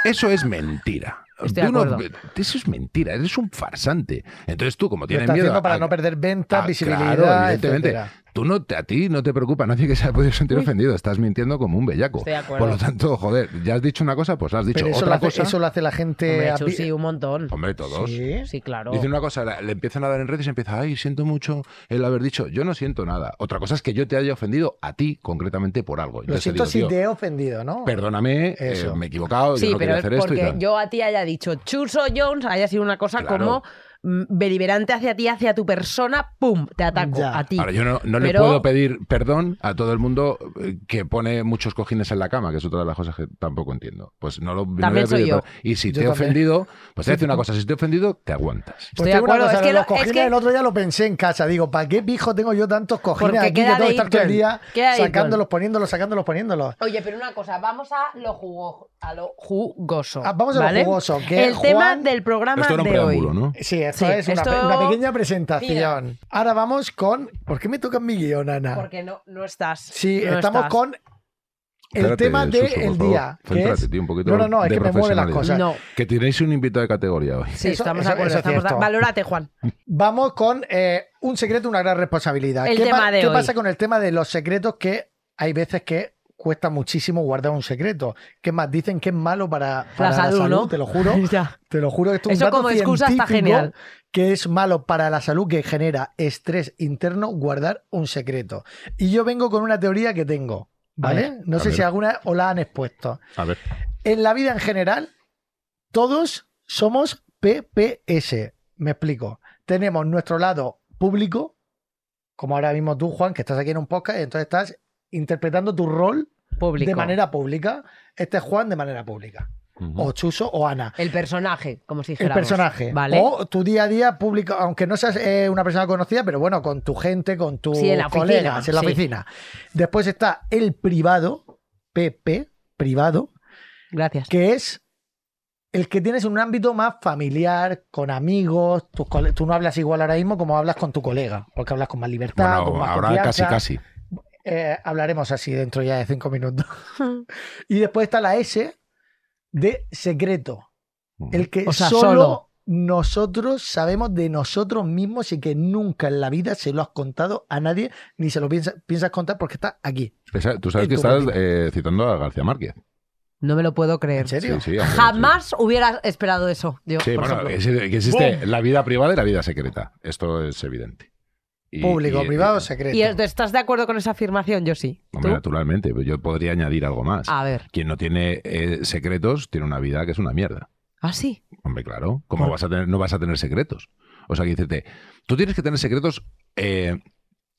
eso es mentira. Estoy de Tú no- acuerdo. eso es mentira, eres un farsante. Entonces tú, como Lo tienes está miedo haciendo para a- no perder ventas, Ah, visibilidad, claro, evidentemente. etcétera. Tú no te- a ti no te preocupa nadie que se haya podido sentir ofendido. Estás mintiendo como un bellaco. Estoy de acuerdo. Por lo tanto, joder, ya has dicho una cosa, pues has dicho Pero eso lo, otra hace, cosa. eso lo hace la gente... Hombre, a- Chu, sí, un montón. Hombre, todos. Sí. Sí, claro. Dicen una cosa, la- le empiezan a dar en redes y se empieza, ay, siento mucho el haber dicho, yo no siento nada. Otra cosa es que yo te haya ofendido a ti concretamente por algo. Lo Entonces te siento digo, si tío, te he ofendido, ¿no? Perdóname, eh, Eso. me he equivocado, Sí, yo no pero quería es hacer esto y porque tal. yo a ti haya dicho Chuso Jones, haya sido una cosa Claro. como mm, beliberante hacia ti, hacia tu persona, ¡pum! Te ataco Ya. a ti. Ahora, yo no, no le Pero- puedo pedir perdón a todo el mundo eh, que pone muchos cojines en la cama, que es otra de las cosas que tampoco entiendo. Pues no lo no También le voy a soy pedir yo. perdón. Y si Yo te he también. ofendido, pues te voy a decir una cosa, si te he ofendido, te aguantas. Estoy Pues de tengo una acuerdo, cosa, es que los lo- es cojines que- el otro día lo pensé en casa. Digo, ¿para qué pijo tengo yo tantos cojines Porque aquí que queda tengo que estar todo el Dayton. día Queda Dayton. sacándolos, poniéndolos, sacándolos, poniéndolos? Oye, pero una cosa, vamos a lo, jugo- a lo jugoso. Ah, vamos a lo ¿vale? jugoso, que El Juan- tema del programa Esto era un de hoy. preámbulo, ¿no? Sí, esto Sí, es una, esto- pe- una pequeña presentación. Ahora vamos con... ¿Por qué me toca mi guión, Ana? Porque no, no estás. Ah. Sí, no estamos estás. con el Espérate, tema Suso, por del favor, día. que céntrate, es- tío, un poquito no, no, no, es de que me mueven las profesionalidad. cosas. No, Que tenéis un invitado de categoría hoy. sí, Eso- estamos eso- de acuerdo. eso es estamos de- cierto. Valórate, Juan. Vamos con eh, un secreto, una gran responsabilidad. El ¿Qué, tema de qué hoy. pasa con el tema de los secretos que hay veces que cuesta muchísimo guardar un secreto? Que más dicen que es malo para, para la, salud, salud, ¿no? te lo juro. Ya. Te lo juro que esto es un Eso dato como excusa está científico genial. que es malo para la salud, que genera estrés interno guardar un secreto. Y yo vengo con una teoría que tengo, ¿vale? No a sé ver. si alguna o la han expuesto. A ver. En la vida en general, todos somos PPS. Me explico. Tenemos nuestro lado público, como ahora mismo tú, Juan, que estás aquí en un podcast, entonces estás interpretando tu rol Público. de manera pública. Este es Juan de manera pública. O Chuso o Ana. El personaje, como si El dijéramos. personaje. Vale. O tu día a día público, aunque no seas eh, una persona conocida, pero bueno, con tu gente, con tus Sí, en la oficina, colegas, en la sí. oficina. Después está el privado, PP, privado, Gracias. que es el que tienes en un ámbito más familiar, con amigos, tus cole- tú no hablas igual ahora mismo como hablas con tu colega, porque hablas con más libertad, con Bueno, más ahora casi, confianza. casi. Eh, hablaremos así dentro ya de cinco minutos. y después está la S de secreto, el que O sea, solo, solo. nosotros sabemos de nosotros mismos y que nunca en la vida se lo has contado a nadie, ni se lo piensa- piensas contar porque está aquí. Esa- Tú sabes el que estás tubo. eh, citando a García Márquez. No me lo puedo ¿En creer. serio? Sí, sí, hombre, sí. Jamás hubiera esperado eso. Yo, Sí, por bueno, ejemplo. es- que existe la vida privada y la vida secreta. Esto es evidente. Y- Público, y- privado, y- secreto. ¿Y estás de acuerdo con esa afirmación? Yo sí. Hombre, ¿Tú? naturalmente, pero yo podría añadir algo más. A ver. Quien no tiene eh, secretos tiene una vida que es una mierda. Ah, sí. Hombre, claro. ¿Cómo vas a tener, no vas a tener secretos? O sea, que dices, tú tienes que tener secretos, eh,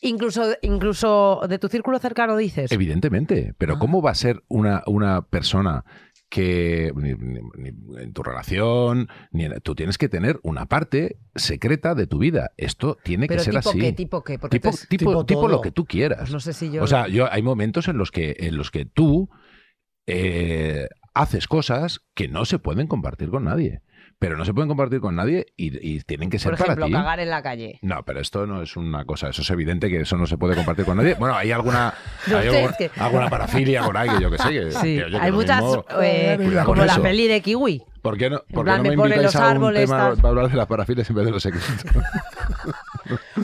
Incluso, incluso de tu círculo cercano dices. evidentemente, pero Ah. ¿cómo va a ser una, una persona que ni- ni- ni en tu relación, ni en- tú tienes que tener una parte secreta de tu vida. Esto tiene Pero que ser tipo así. qué, tipo qué, porque tipo, entonces- tipo- Tipo tipo todo. lo que tú quieras. Pues no sé si yo. O sea, yo hay momentos en los que, en los que tú eh, haces cosas que no se pueden compartir con nadie. Pero no se pueden compartir con nadie y, y tienen que ser por ejemplo, para ti. cagar en la calle. No, pero esto no es una cosa, eso es evidente que eso no se puede compartir con nadie. Bueno, hay alguna, No hay sé, algún- es que- alguna parafilia por ahí que Ah, yo que sé. que- Sí, que oye, que hay lo muchas. mismo- eh, Cuidado como con la eso. peli de Kiwi. ¿Por qué no, por qué plan, no me me ponen invitáis los a un árboles, tema tal. para hablar de las parafilias en vez de los secretos?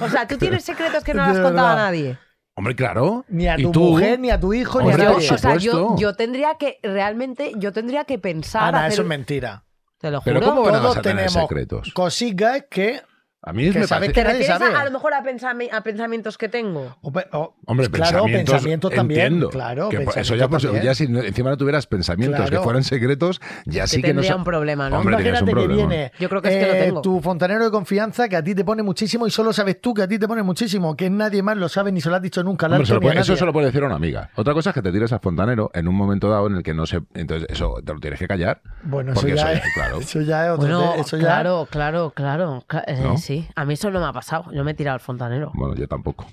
O sea, tú tienes secretos que no De le has contado a verdad. nadie. Hombre, claro. Ni a ¿Y tu tú? mujer, ni a tu hijo, ni a Hombre, Yo- por nadie. o sea, yo, supuesto. yo tendría que realmente, yo tendría que pensar. Ana, hacer- eso es mentira. Te lo juro. Pero ¿cómo van a Todos vas a tener tenemos secretos? Cositas que... A mí que me sabes que parece... ¿Te nadie refieres sabe. a, a lo mejor a, pensami- a pensamientos que tengo? O pe- o- Hombre, Pues claro, pensamientos, también. entiendo, claro, que por- eso pensamientos ya, por- también. ya si no- encima no tuvieras pensamientos Claro. que fueran secretos, ya sí que que no tendría sa- un problema, ¿no? Hombre, tienes un Imagínate que problema. viene eh, Yo creo que es que lo tengo. tu fontanero de confianza que a ti te pone muchísimo y solo sabes tú que a ti te pone muchísimo, que nadie más lo sabe ni se lo has dicho nunca. al Hombre, se alto ni lo a puede- eso nadie. se lo puede decir a una amiga. Otra cosa es que te tires al fontanero en un momento dado en el que no se. Entonces, eso te lo tienes que callar. Bueno, eso porque ya, eso es, ya, claro. eso ya es otro. Bueno, te- eso ya- claro, claro, claro. cla- eh, ¿No? Sí, a mí eso no me ha pasado. Yo me he tirado al fontanero. Bueno, yo tampoco.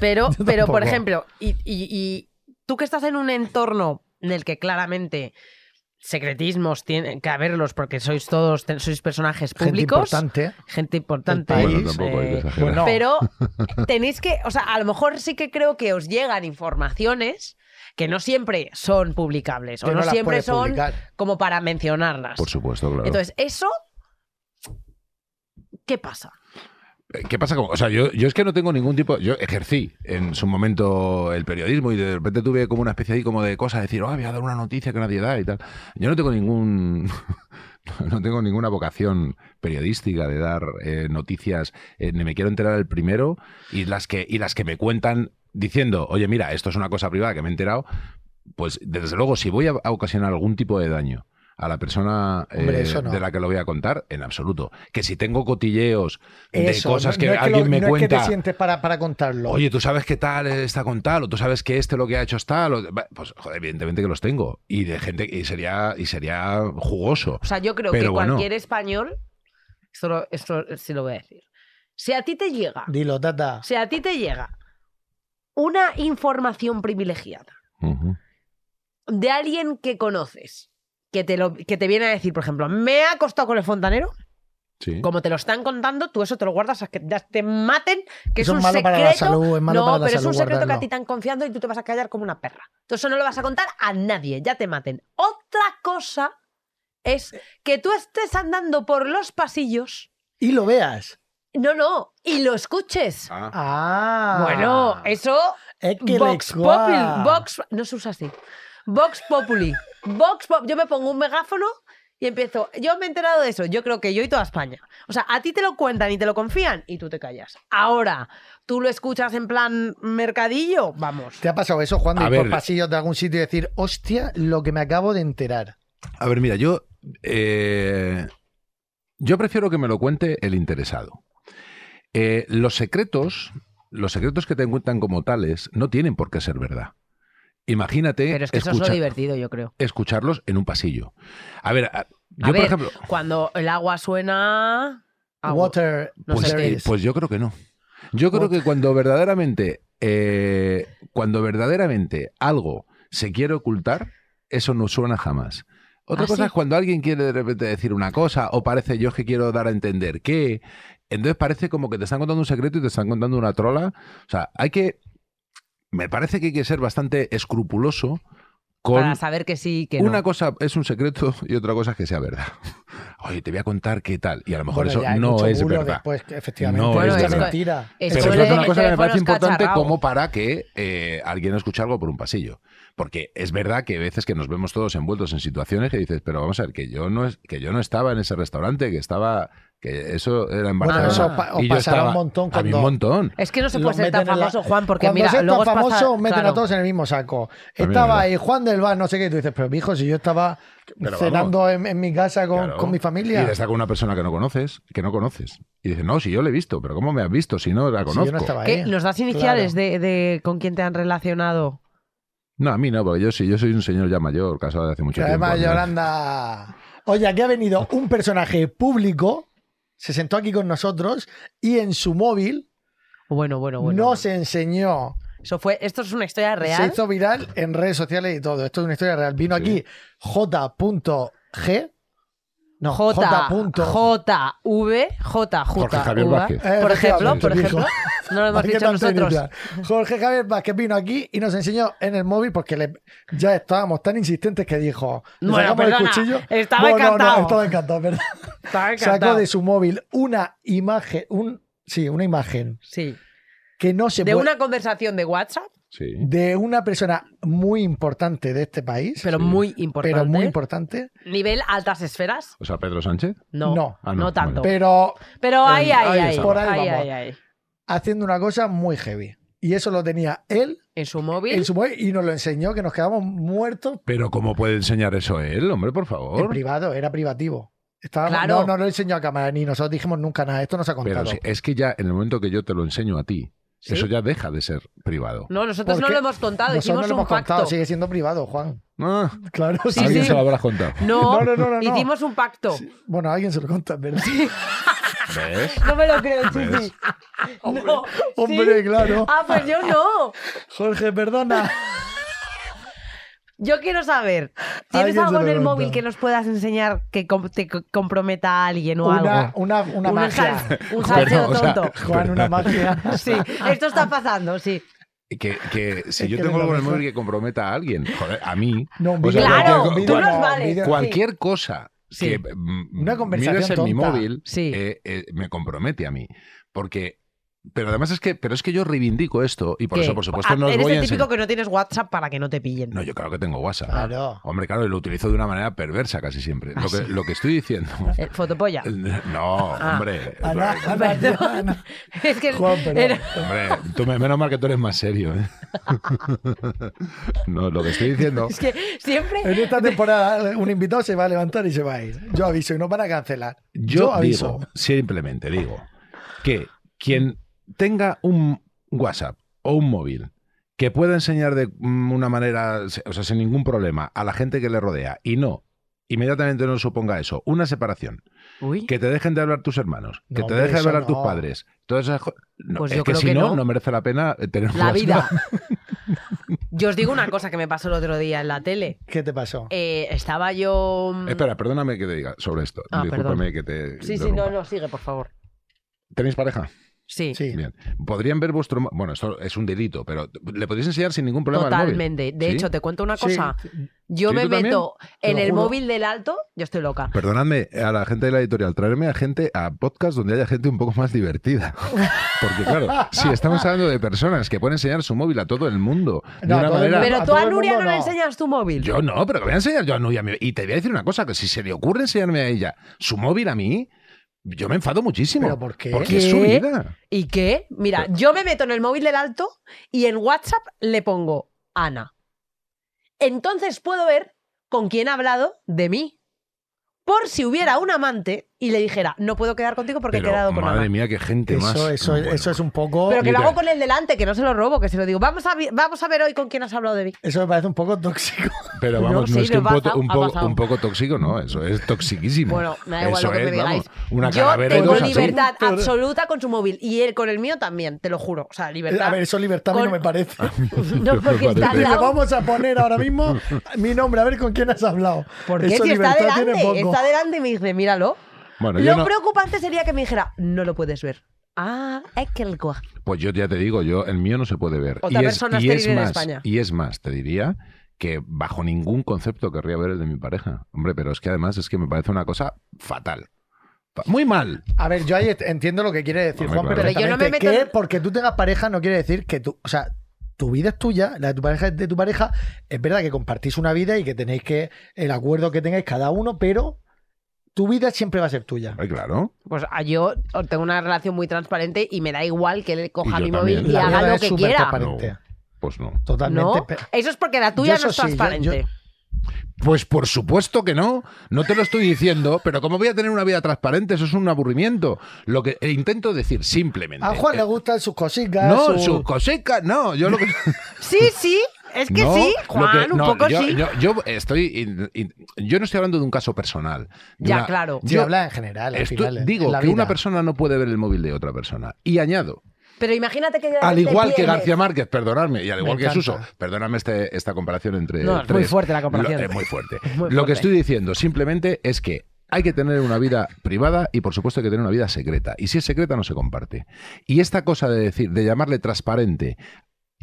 Pero, pero por tampoco. ejemplo, y, y- y tú que estás en un entorno en el que claramente secretismos tienen que haberlos porque sois todos, te- sois personajes gente públicos, importante. gente importante. País, bueno, tampoco hay que eh, exagerar. Bueno, Pero tenéis que, o sea, a lo mejor sí que creo que os llegan informaciones que no siempre son publicables que o no no, las siempre puedes son publicar. como para mencionarlas. Por supuesto, claro. este Entonces, eso, ¿qué pasa? Eh, ¿Qué pasa? con- O sea, yo, yo es que no tengo ningún tipo. Yo ejercí en su momento el periodismo y de repente tuve como una especie ahí como de cosas, decir, oh, voy a dar una noticia que nadie da y tal. Yo no tengo ningún. No tengo ninguna vocación periodística de dar eh, noticias, eh, ni me quiero enterar el primero y las que y las que me cuentan diciendo, oye, mira, esto es una cosa privada que me he enterado, pues desde luego si voy a, a ocasionar algún tipo de daño a la persona Hombre, eh, eso no. de la que lo voy a contar, en absoluto. Que si tengo cotilleos Eso, Eh, de cosas no- que no es alguien lo- me no cuenta. es que te sientes para, para contarlo. Oye, tú sabes que tal está con tal, o tú sabes que este lo que ha hecho es tal. o- va, Pues, joder, evidentemente que los tengo. Y de gente, y sería, y sería jugoso. O sea, yo creo Pero que bueno. cualquier español, esto, lo- esto sí lo voy a decir, si a ti te llega, Dilo, Tata. si a ti te llega una información privilegiada Ujú. de alguien que conoces, que te, lo, que te viene a decir, por ejemplo, me ha acostado con el fontanero, Sí. como te lo están contando, tú eso te lo guardas a que te maten, que Eso es un es malo para secreto. la salud, es malo no, para la pero es salud un secreto que a guardarlo. ti te han confiando y tú te vas a callar como una perra. Entonces eso no lo vas a contar a nadie, ya te maten. Otra cosa es que tú estés andando por los pasillos, Y lo veas. no, no, y lo escuches. Ah, Ah. Bueno, eso Es que Vox le- Populi, ¡Guau! Vox, no se usa así. Vox Populi, Vox Pop, yo me pongo un megáfono y empiezo. Yo me he enterado de eso, yo creo que yo y toda España. O sea, a ti te lo cuentan y te lo confían y tú te callas. Ahora, tú lo escuchas en plan mercadillo, vamos. ¿Te ha pasado eso, Juan? De A ir por ver. pasillos de algún sitio y decir, hostia, lo que me acabo de enterar. A ver, mira, yo. eh, yo prefiero que me lo cuente el interesado. Eh, los secretos, los secretos que te cuentan como tales, no tienen por qué ser verdad. Imagínate Pero es que eso es escucha- lo divertido, yo creo. escucharlos en un pasillo. A ver, a- yo A ver, por ejemplo. Cuando el agua suena. agua. Water, Ah, No pues, sé there eh, is. pues yo creo que no. Yo creo que cuando verdaderamente, eh, cuando verdaderamente algo se quiere ocultar, eso no suena jamás. Otra ¿Ah, cosa sí? es cuando alguien quiere de repente decir una cosa o parece yo es que quiero dar a entender que, entonces parece como que te están contando un secreto y te están contando una trola. O sea, hay que, me parece que hay que ser bastante escrupuloso con Para saber que sí y que una no. cosa es un secreto y otra cosa es que sea verdad. Oye, te voy a contar qué tal. Y a lo mejor Bueno, ya eso hay no mucho es bulo verdad. Después, que efectivamente, No es es verdad. mentira. Es Pero como eso es el- una el cosa que me teléfono parece importante escacharrao. como para que eh, alguien escuche algo por un pasillo. Porque es verdad que a veces que nos vemos todos envueltos en situaciones que dices, pero vamos a ver, que yo no es, que yo no estaba en ese restaurante, que estaba, que eso era en Bueno, Barcelona. eso os pa- os y yo pasará estaba- un montón A mí cuando- un montón. Es que no se Los puede ser tan meten en la- famoso, Juan, porque Cuando mira, seas luego os tan pasa- famoso, meten claro. a todos en el mismo saco. es Estaba verdad. ahí Juan del Bar, no sé qué, y tú dices, pero mijo, si yo estaba Pero cenando en, en mi casa con, Claro. con mi familia. Y le está con una persona que no conoces, que no conoces. Y dices, no, si yo le he visto, pero ¿cómo me has visto si no la Si conozco? yo no estaba ¿Qué? ahí. ¿Nos das iniciales de, de con quién te han relacionado? No, a mí no, porque yo sí, yo soy un señor ya mayor, casado de hace mucho Que tiempo. Además, ¿no? Yolanda. Oye, aquí ha venido un personaje público, se sentó aquí con nosotros y en su móvil Bueno, bueno, bueno. nos enseñó. Eso fue, esto es una historia Se real. hizo viral en redes sociales y todo. Esto es una historia real. Vino Sí. aquí J.G. No, J, J. J, V, J, Jorge J, Javier Vázquez. Eh, Por ejemplo, efectivamente, por sí, ejemplo. No lo hemos Ay, qué dicho nosotros. tontería. Jorge Javier Vázquez vino aquí y nos enseñó en el móvil porque le- ya estábamos tan insistentes que dijo: le Bueno, sacamos el perdona, cuchillo. estaba No, no, no, encantado. estaba encantado, ¿verdad? Estaba Sacó encantado. de su móvil una imagen, un, sí, una imagen Sí. que no se De puede- una conversación de WhatsApp, Sí. de una persona muy importante de este país, pero Sí. muy importante. pero muy importante. Nivel altas esferas. O sea, Pedro Sánchez. No. No. No, Ah, no, tanto. Pero Pero ahí, Eh, ahí, ahí ahí. está. Por ahí Ahí, vamos. ahí, ahí. haciendo una cosa muy heavy. Y eso lo tenía él En su móvil. en su móvil y nos lo enseñó que nos quedamos muertos Pero ¿cómo puede enseñar eso él, hombre, por en favor? privado, era privativo. Estábamos- Claro. No, no lo enseñó a cámara ni nosotros dijimos nunca nada, esto nos ha contado. Pero si- es que ya en el momento que yo te lo enseño a ti, Sí. eso ya deja de ser privado. No, nosotros no Porque lo hemos contado, Nosotros hicimos no lo un hemos pacto. contado, sigue siendo privado, Juan. Ah, Claro, sí, alguien sí. se lo habrás contado. No, No, no, no, no, no. hicimos un pacto. Sí. Bueno, alguien se lo cuenta, ¿verdad? ¿Ves? No me lo creo, ¿Ves? Chiqui. No. Hombre, ¿Sí? claro. Ah, pues yo no. Jorge, perdona. Yo quiero saber, ¿tienes Alguien se algo en lo el cuenta. móvil que nos puedas enseñar que com- te co- comprometa a alguien o Una, algo? una, una Un magia. sal- un Pero, salseo o sea, tonto. Juan, una magia. Sí, esto está pasando, sí. Que, que si Es yo que tengo me lo algo en el deja. móvil que comprometa a alguien, joder, a mí, No, un O sea, vídeo Claro, no, un tú vídeo nos no, un vales. vídeo- Cual- cualquier cosa Sí. que mm, Una conversación mires en mi tonta. móvil Sí. eh, eh, me compromete a mí. Porque, pero además es que, pero es que yo reivindico esto y por ¿Qué? eso, por supuesto, Ah, no os Eres voy a el típico enseñar. que no tienes WhatsApp para que no te pillen. No, yo claro que tengo WhatsApp. Claro. Hombre, claro, y lo utilizo de una manera perversa casi siempre. Ah, lo, que, sí. lo que estoy diciendo. Eh, fotopolla. No, Ah. hombre. Ana, Ana, Ana. Es que Juan, perdón. era- Hombre, tú me- menos mal que tú eres más serio. ¿eh? No, lo que estoy diciendo. es que siempre Eh, En esta temporada un invitado se va a levantar y se va a ir. Yo aviso y no van a cancelar. Yo, aviso. digo, simplemente digo, que quien tenga un WhatsApp o un móvil que pueda enseñar de mm, una manera, o sea, sin ningún problema, a la gente que le rodea y no, inmediatamente no suponga eso, una separación, Uy, que te dejen de hablar tus hermanos, que No, te hombre, dejen eso de hablar tus no. padres, todas esas co- no, Pues es yo que creo si que no, no. no merece la pena tener un la WhatsApp. vida. Yo os digo una cosa que me pasó el otro día en la tele. ¿Qué te pasó? Eh, estaba yo. Espera, perdóname que te diga sobre esto. Mm. Ah, Discúlpame que te. Sí, sí, interrumpa. no, no, sigue, por favor. ¿Tenéis pareja? Sí, Sí. Bien. ¿Podrían ver vuestro.? mo- Bueno, esto es un delito, pero le podéis enseñar sin ningún problema al móvil. totalmente. De ¿Sí? hecho, te cuento una Sí. cosa. Yo ¿Sí, me tú también? meto Te en lo el juro. móvil del alto, yo estoy loca. Perdonadme a la gente de la editorial, traerme a gente a podcast donde haya gente un poco más divertida. Porque claro, si estamos hablando de personas que pueden enseñar su móvil a todo el mundo de No, a una todo el manera... mundo Pero a tú todo a el Nuria mundo no le no. enseñas tu móvil. Yo no, pero que voy a enseñar yo a Nuria. mi- Y te voy a decir una cosa, que si se le ocurre enseñarme a ella su móvil a mí, yo me enfado muchísimo. ¿Pero por qué? Porque es su ¿Qué? vida. ¿Y qué? Mira, yo me meto en el móvil del alto y en WhatsApp le pongo Ana. Entonces puedo ver con quién ha hablado de mí. Por si hubiera un amante y le dijera, no puedo quedar contigo porque Pero, he quedado con madre Ana. mía, qué gente más. Eso, eso, Bueno. eso es un poco. Pero que lo Mira. hago con el delante, que no se lo robo, que se lo digo. Vamos a, vi- vamos a ver hoy con quién has hablado de mí. Eso me parece un poco tóxico. Pero No, vamos, no, sí, es que lo un, ha po- pasado, un ha po- pasado. un poco tóxico, no, eso es toxiquísimo. Bueno, me da igual Eso lo que me es, digáis. vamos, una Yo calavera y tengo dos así. libertad Por- absoluta con su móvil y él con el mío también, te lo juro. O sea, libertad. A ver, eso libertad a mí Con- no me parece. Ah, no, porque está al Le Pero lado. vamos a poner ahora mismo mi nombre, a ver con quién has hablado. Porque Eso si está libertad tiene delante, poco. está delante y me dice, míralo. Bueno, yo Lo no- preocupante sería que me dijera, no lo puedes ver. Ah, es que el gua- pues yo ya te digo, yo el mío no se puede ver. Otra y es, persona y es estéril en más, España. y es más, te diría que bajo ningún concepto querría ver el de mi pareja. Hombre, pero es que además es que me parece una cosa fatal. Fa- Muy mal. A ver, yo ahí entiendo lo que quiere decir Hombre, Juan claro. Pero yo no me perfectamente, meto en- que porque tú tengas pareja no quiere decir que tú, o sea, tu vida es tuya, la de tu pareja es de tu pareja. Es verdad que compartís una vida y que tenéis que el acuerdo que tengáis cada uno, pero tu vida siempre va a ser tuya. Hombre, claro. Pues ah, yo tengo una relación muy transparente y me da igual que él coja Y yo mi también. móvil y La haga mía lo es que súper quiera. transparente. No. Pues no. Totalmente. ¿No? pe- Eso es porque la tuya Yo no eso es sí, yo- transparente. Pues por supuesto que no. No te lo estoy diciendo, pero como voy a tener una vida transparente, eso es un aburrimiento. Lo que eh, intento decir simplemente. A Juan eh, le gustan sus cositas. no, su- sus cosecas, no. Yo lo que. Sí, sí, Es que No, sí, lo Juan, que- un no, poco yo, sí. Yo, yo estoy, in- in- yo no estoy hablando de un caso personal. de ya, una- claro. Yo habla en general. al Esto- final, en- digo en la que una vida. persona no puede ver el móvil de otra persona. Y añado, Pero imagínate que. al te igual que pierdes. García Márquez, perdonadme, y al Me igual que encanta. Suso, perdóname este- esta comparación entre. No, es muy tres. fuerte la comparación. Lo- es muy fuerte. muy Lo que fuerte. estoy diciendo simplemente es que hay que tener una vida privada y por supuesto hay que tener una vida secreta. Y si es secreta, no se comparte. Y esta cosa de decir, de llamarle transparente,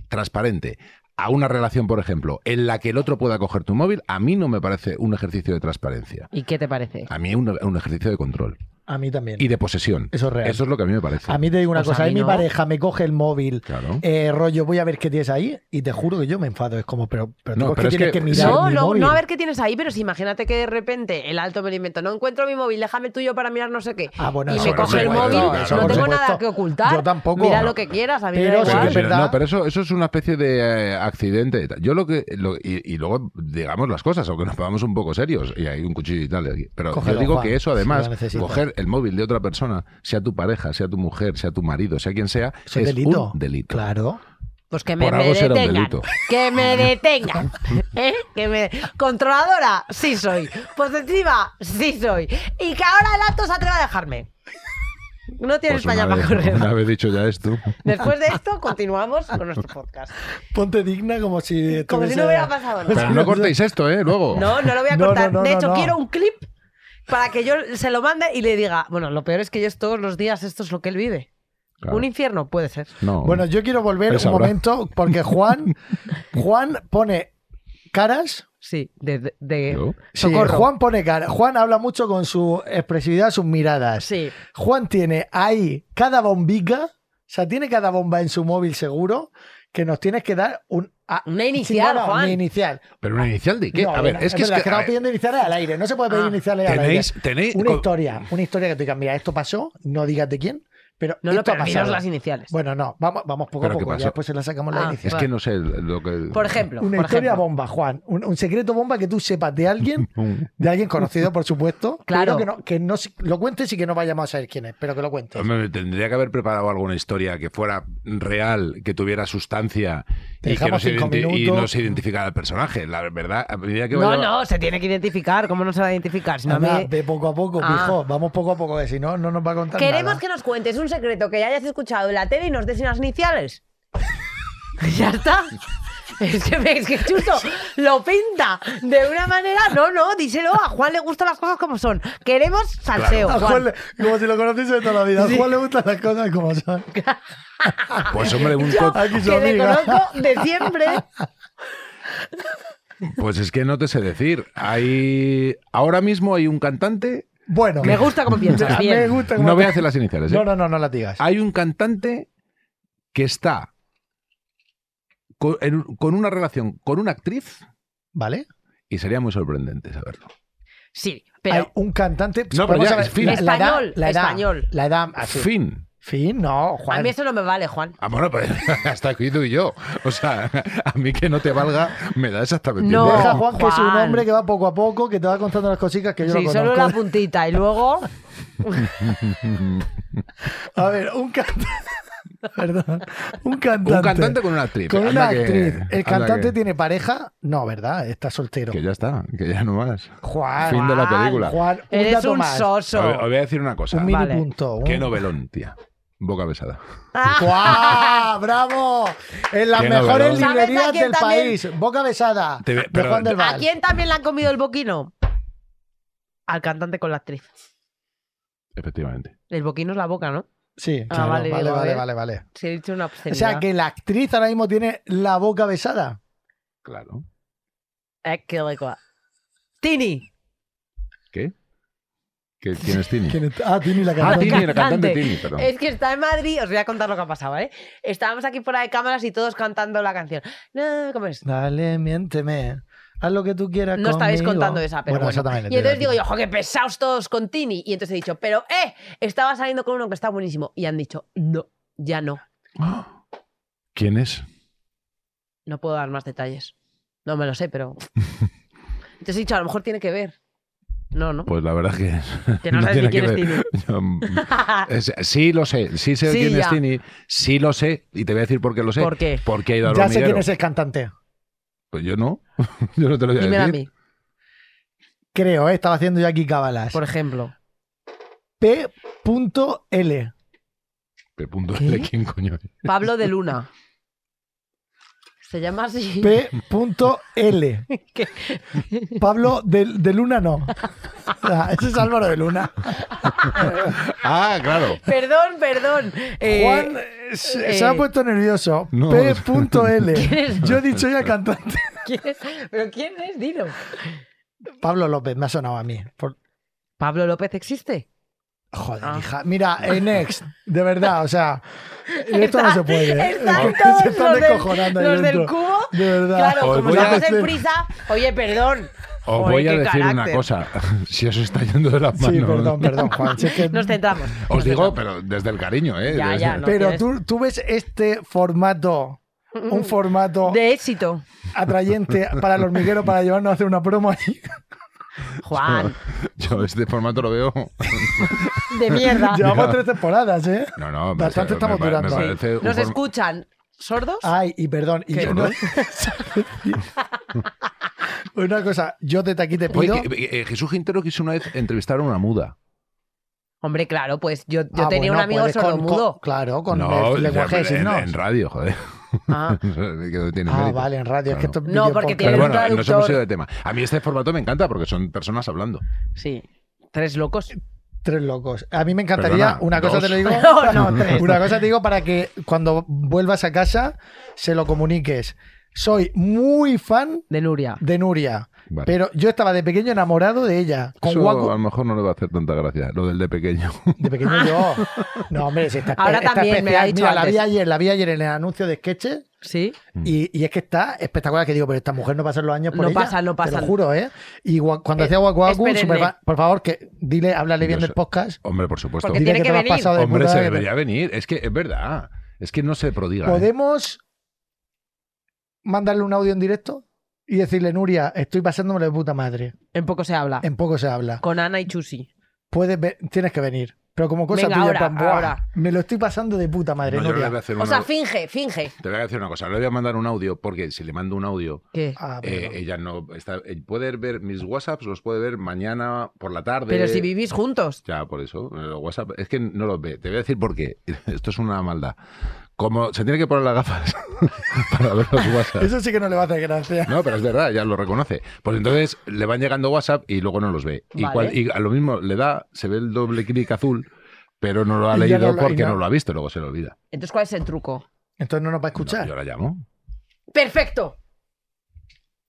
transparente a una relación, por ejemplo, en la que el otro pueda coger tu móvil, a mí no me parece un ejercicio de transparencia. ¿Y qué te parece? A mí es un, un ejercicio de control A mí también. y de posesión. Eso es real. Eso es lo que a mí me parece. A mí te digo una Pues a cosa, a mí mi no. pareja me coge el móvil, Claro. eh, rollo, voy a ver qué tienes ahí, y te juro que yo me enfado. Es como, pero, pero, No, tú, ¿por qué pero es tienes que- que, mirar No, mi no, móvil? no, a ver qué tienes ahí, pero si imagínate que de repente el alto me lo invento. No encuentro mi móvil, déjame el tuyo para mirar no sé qué. Ah, bueno, y eso me por coge el supuesto, móvil, eso no por tengo supuesto. nada que ocultar. Yo tampoco. Mira No. lo que quieras, a mí me Pero sí, da Pero, igual. es pero- verdad. No, pero eso, eso es una especie de eh, accidente. y tal. Yo lo que. lo- y, y luego digamos las cosas, aunque nos pongamos un poco serios. Y hay un cuchillo y tal. aquí. Pero Cógelo, yo digo Juan, que eso, si lo además, necesitas. coger el móvil de otra persona, sea tu pareja, sea tu mujer, sea tu marido, sea quien sea, Eso es es delito. un delito. Claro. Pues que me, Por me algo será un detengan. delito. Que me detengan. ¿eh? Que me... Controladora, sí soy. Positiva, sí soy. Y que ahora el acto se atreva a dejarme. No tiene Pues España una, para vez, correr. una vez dicho ya esto. Después de esto, continuamos con nuestro podcast. Ponte digna como si... Como si tuviese- no hubiera pasado nada. Pero no cortéis esto, ¿eh? Luego. No, no lo voy a No, cortar. no, no, de no, hecho, no. quiero un clip para que yo se lo mande y le diga. Bueno, lo peor es que yo es todos los días, esto es lo que él vive. Claro. Un infierno puede ser. No. Bueno, yo quiero volver Él un sabrá. momento, porque Juan, Juan pone caras... Sí, de. de- de- ¿Yo? Sí, Socorro. Juan pone cara. Juan habla mucho con su expresividad, sus miradas. Sí. Juan tiene ahí cada bombica, o sea, tiene cada bomba en su móvil seguro, que nos tienes que dar un, a- Una inicial, sí, no, no, Juan. Una inicial. Pero una inicial de qué? No, a ver, una- es que es verdad, que. nos a ver, pidiendo iniciales al aire. No se puede pedir Ah. iniciales Tenéis, al aire. tenéis, Una co- historia, una historia que te diga, mira, esto pasó, no digas de quién, pero No, no, esto ha pero menos pasado. las iniciales. Bueno, no, vamos, vamos poco a ¿Pero qué poco, pasó? ya después se la sacamos la Ah. inicial. es que no sé lo que. por ejemplo. Una por historia ejemplo. bomba, Juan. Un, un secreto bomba que tú sepas de alguien, Un- de alguien conocido, por supuesto. pero Claro. Que no, que no se- lo cuentes y que no vayamos a saber quién es, pero que lo cuentes. Hombre, me tendría que haber preparado alguna historia que fuera real, que tuviera sustancia Te y que no dejamos se, cinco identi- y minutos. no se identificara el personaje. La verdad, a medida que No, vaya- no, se tiene que identificar. ¿Cómo no se va a identificar? Si no, a Anda, mí- ve poco a poco, Ah. mijo. Vamos poco a poco, que si no, no nos va a contar Queremos nada. que nos cuentes un secreto que ya hayas escuchado en la tele y nos des unas iniciales. ya está. Es que, es que Chuso lo pinta de una manera. No, no, díselo. A Juan le gustan las cosas como son. Queremos salseo. A Juan Juan. le- como si lo conociese de toda la vida. A Juan le gustan las cosas como son. Pues hombre, un co- Aquí su que le amiga. conozco de siempre. pues es que no te sé decir. Hay ahora mismo hay un cantante. Bueno, Me gusta como piensas. me Bien. gusta como- No voy a hacer las iniciales. ¿eh? No, no, no, no las digas. Hay un cantante que está con, en- con una relación con una actriz ¿Vale? y sería muy sorprendente saberlo. Sí, Hay pero un cantante. No, pero Vamos ya, a ver, fin. la- la edad- Español, la edad, español. La edad. así. Fin. Fin. no, a Juan. mí eso no me vale, Juan. Ah, bueno, pues hasta aquí tú y yo. O sea, a mí que no te valga me da exactamente No. igual. Deja a Juan, que es un Juan. hombre que va poco a poco, que te va contando las cositas que yo Sí, lo solo conozco. la puntita. Y luego. A ver, un cantante. Perdón. Un cantante. Un cantante con una actriz. Con Anda una que- actriz. El anda cantante que- tiene pareja. No, ¿verdad? Está soltero. Que ya está, que ya no más. Juan. Fin de la Juan, película. Juan, un Eres dato un más. Os soso. voy- os voy a decir una cosa. Un mini Vale. punto. un- Qué novelón, tía. Boca besada. ¡Guau! ¡Bravo! En las Qué mejores novelón. ¿Sabes a librerías quién del también? país. Boca besada. Ah, Te ve- de pero- Juan del ¿A Val. quién también le han comido el boquino? Al cantante con la actriz. Efectivamente. El boquino es la boca, ¿no? Sí, Ah, claro, vale, vale, vale, digo, a vale, ver. vale, Se ha dicho una O obscenidad. sea que la actriz ahora mismo tiene la boca besada. Claro. Eh, qué lecoa. Tini. ¿Qué? ¿Qué- ¿Quién es Tini? ¿Quién está? Ah, Tini la Ah, cantante. Tini, el cantante. Eh. cantante Tini, perdón. Es que está en Madrid. Os voy a contar lo que ha pasado, ¿vale? Estábamos aquí fuera de cámaras y todos cantando la canción. No, ¿Cómo es? Dale, miénteme. Haz lo que tú quieras. No estabais conmigo. contando esa, pero bueno. bueno. esa también la Y entonces tiene digo la yo, jo, qué pesados todos con Tini. Y entonces he dicho, pero eh, estaba saliendo con uno que está buenísimo. Y han dicho, no, ya no. ¡Ah! ¿Quién es? No puedo dar más detalles. No me lo sé, pero. Entonces he dicho, a lo mejor tiene que ver. No, no. Pues la verdad que Que no, sabes ni tiene quién es que Tini. ver. Yo- es- sí lo sé, sí sé Sí, quién es ya. Tini, sí lo sé y te voy a decir por qué lo sé. ¿Por qué? Porque ha ido al tiene. Ya sé hormiguero. quién es el cantante. Pues yo no. Yo no te lo voy a Dímelo a decir. mí, Creo, ¿eh? estaba haciendo yo aquí cábalas. por ejemplo. P.L. P. punto ¿Qué? L, ¿quién coño es? Pablo de Luna. Se llama así. P.L. ¿Qué? Pablo de, de Luna no. Ah, Ese es Álvaro de Luna. Ah, claro. Perdón, perdón. Eh, Juan eh, se, se ha eh, puesto nervioso. No. P.L. ¿Quién Yo he dicho ya cantante. ¿quién es? ¿Pero quién es? Dilo. Pablo López, me ha sonado a mí. Por- ¿Pablo López existe? Joder, Ah. hija. Mira, eh, Next, de verdad, o sea, esto no se puede. ¿eh? Se Están todos están los, descojonando del, ahí los del dentro. cubo. De verdad. Claro, Os como voy a- estamos en prisa. Oye, perdón. Os Joder, voy a qué decir una carácter. cosa. Si os está yendo de las Sí, manos. perdón, perdón, Juan. si es que- Nos tentamos. Os digo, pero desde el cariño, ¿eh? Ya, ya, Desde- no pero tienes- tú, tú ves este formato, un formato De éxito. atrayente para el hormiguero para llevarnos a hacer una promo ahí. Juan, Yo este formato lo veo. de mierda. Llevamos tres temporadas, ¿eh? No, no, me- Bastante me- estamos me- me durando. parece un ¿Nos form- escuchan sordos? Ay, y perdón. Y ¿Qué? yo no- una cosa, yo desde aquí te Oye, pido. que- eh, Jesús Gintero quiso una vez entrevistar a una muda. Hombre, claro, pues yo, yo Ah, tenía bueno, un amigo puedes con- sordomudo. con- claro, con no, el lenguaje de en- en, signos. en radio, joder. Ah, Que no tiene Ah, mérito. vale, en radio. Es que esto es No, porque videopodcast. tiene Pero un bueno, nos hemos traductor. ido de tema. A mí este formato me encanta porque son personas hablando. sí. Tres locos. Tres locos. A mí me encantaría, Perdona, una cosa dos. te lo digo, No, no, tres. una cosa te digo para que cuando vuelvas a casa se lo comuniques. Soy muy fan De Nuria. de Nuria, Vale. pero yo estaba de pequeño enamorado de ella. Con Eso Guacu- a lo mejor no le va a hacer tanta gracia, lo del de pequeño. De pequeño yo. No, hombre, si está, Ahora está también, me especial. ha dicho Mira, la vi antes. ayer, la vi ayer en el anuncio de sketches Sí. Mm. y, y es que está espectacular que digo, pero esta mujer no pasa los años por No ella. pasa, no Te pasa. lo juro, ¿eh? Y gua- cuando Eh, hacía Guacu Guacu, espérenme. superfan- por favor, que dile, háblale bien Yo del sé. podcast. Hombre, por supuesto. Porque Dile tiene que que te lo has venir. pasado de Hombre, puta, se que te- debería venir. Es que es verdad. Es que no se prodiga. ¿eh? ¿Podemos mandarle un audio en directo? Y decirle, Nuria, estoy pasándome de puta madre. En poco se habla. En poco se habla. Con Ana y Chusi. Puedes ve- tienes que venir. Pero como cosa Venga, tuya, ahora, en plan, "Buah, ahora". me lo estoy pasando de puta madre, No, yo le Nuria. voy a hacer O sea, una- finge, finge. Te voy a decir una cosa, le voy a mandar un audio porque si le mando un audio, ¿Qué? Ah, eh, perdón. ella no está, eh, puede ver mis WhatsApps, los puede ver mañana por la tarde. Pero si vivís juntos. Ya, por eso. eh, los WhatsApp es que no los ve. Te voy a decir por qué. Esto es una maldad. Como se tiene que poner las gafas para ver los WhatsApp. Eso sí que no le va a hacer gracia. No, pero es verdad, ya lo reconoce. Pues entonces le van llegando WhatsApp y luego no los ve. Y, Vale. cual- y a lo mismo le da, se ve el doble clic azul, pero no lo ha Y ya leído no lo- y porque no. no. lo ha visto, luego se lo olvida. Entonces, ¿cuál es el truco? Entonces no nos va a escuchar. No, yo la llamo. Ah, ¡Perfecto!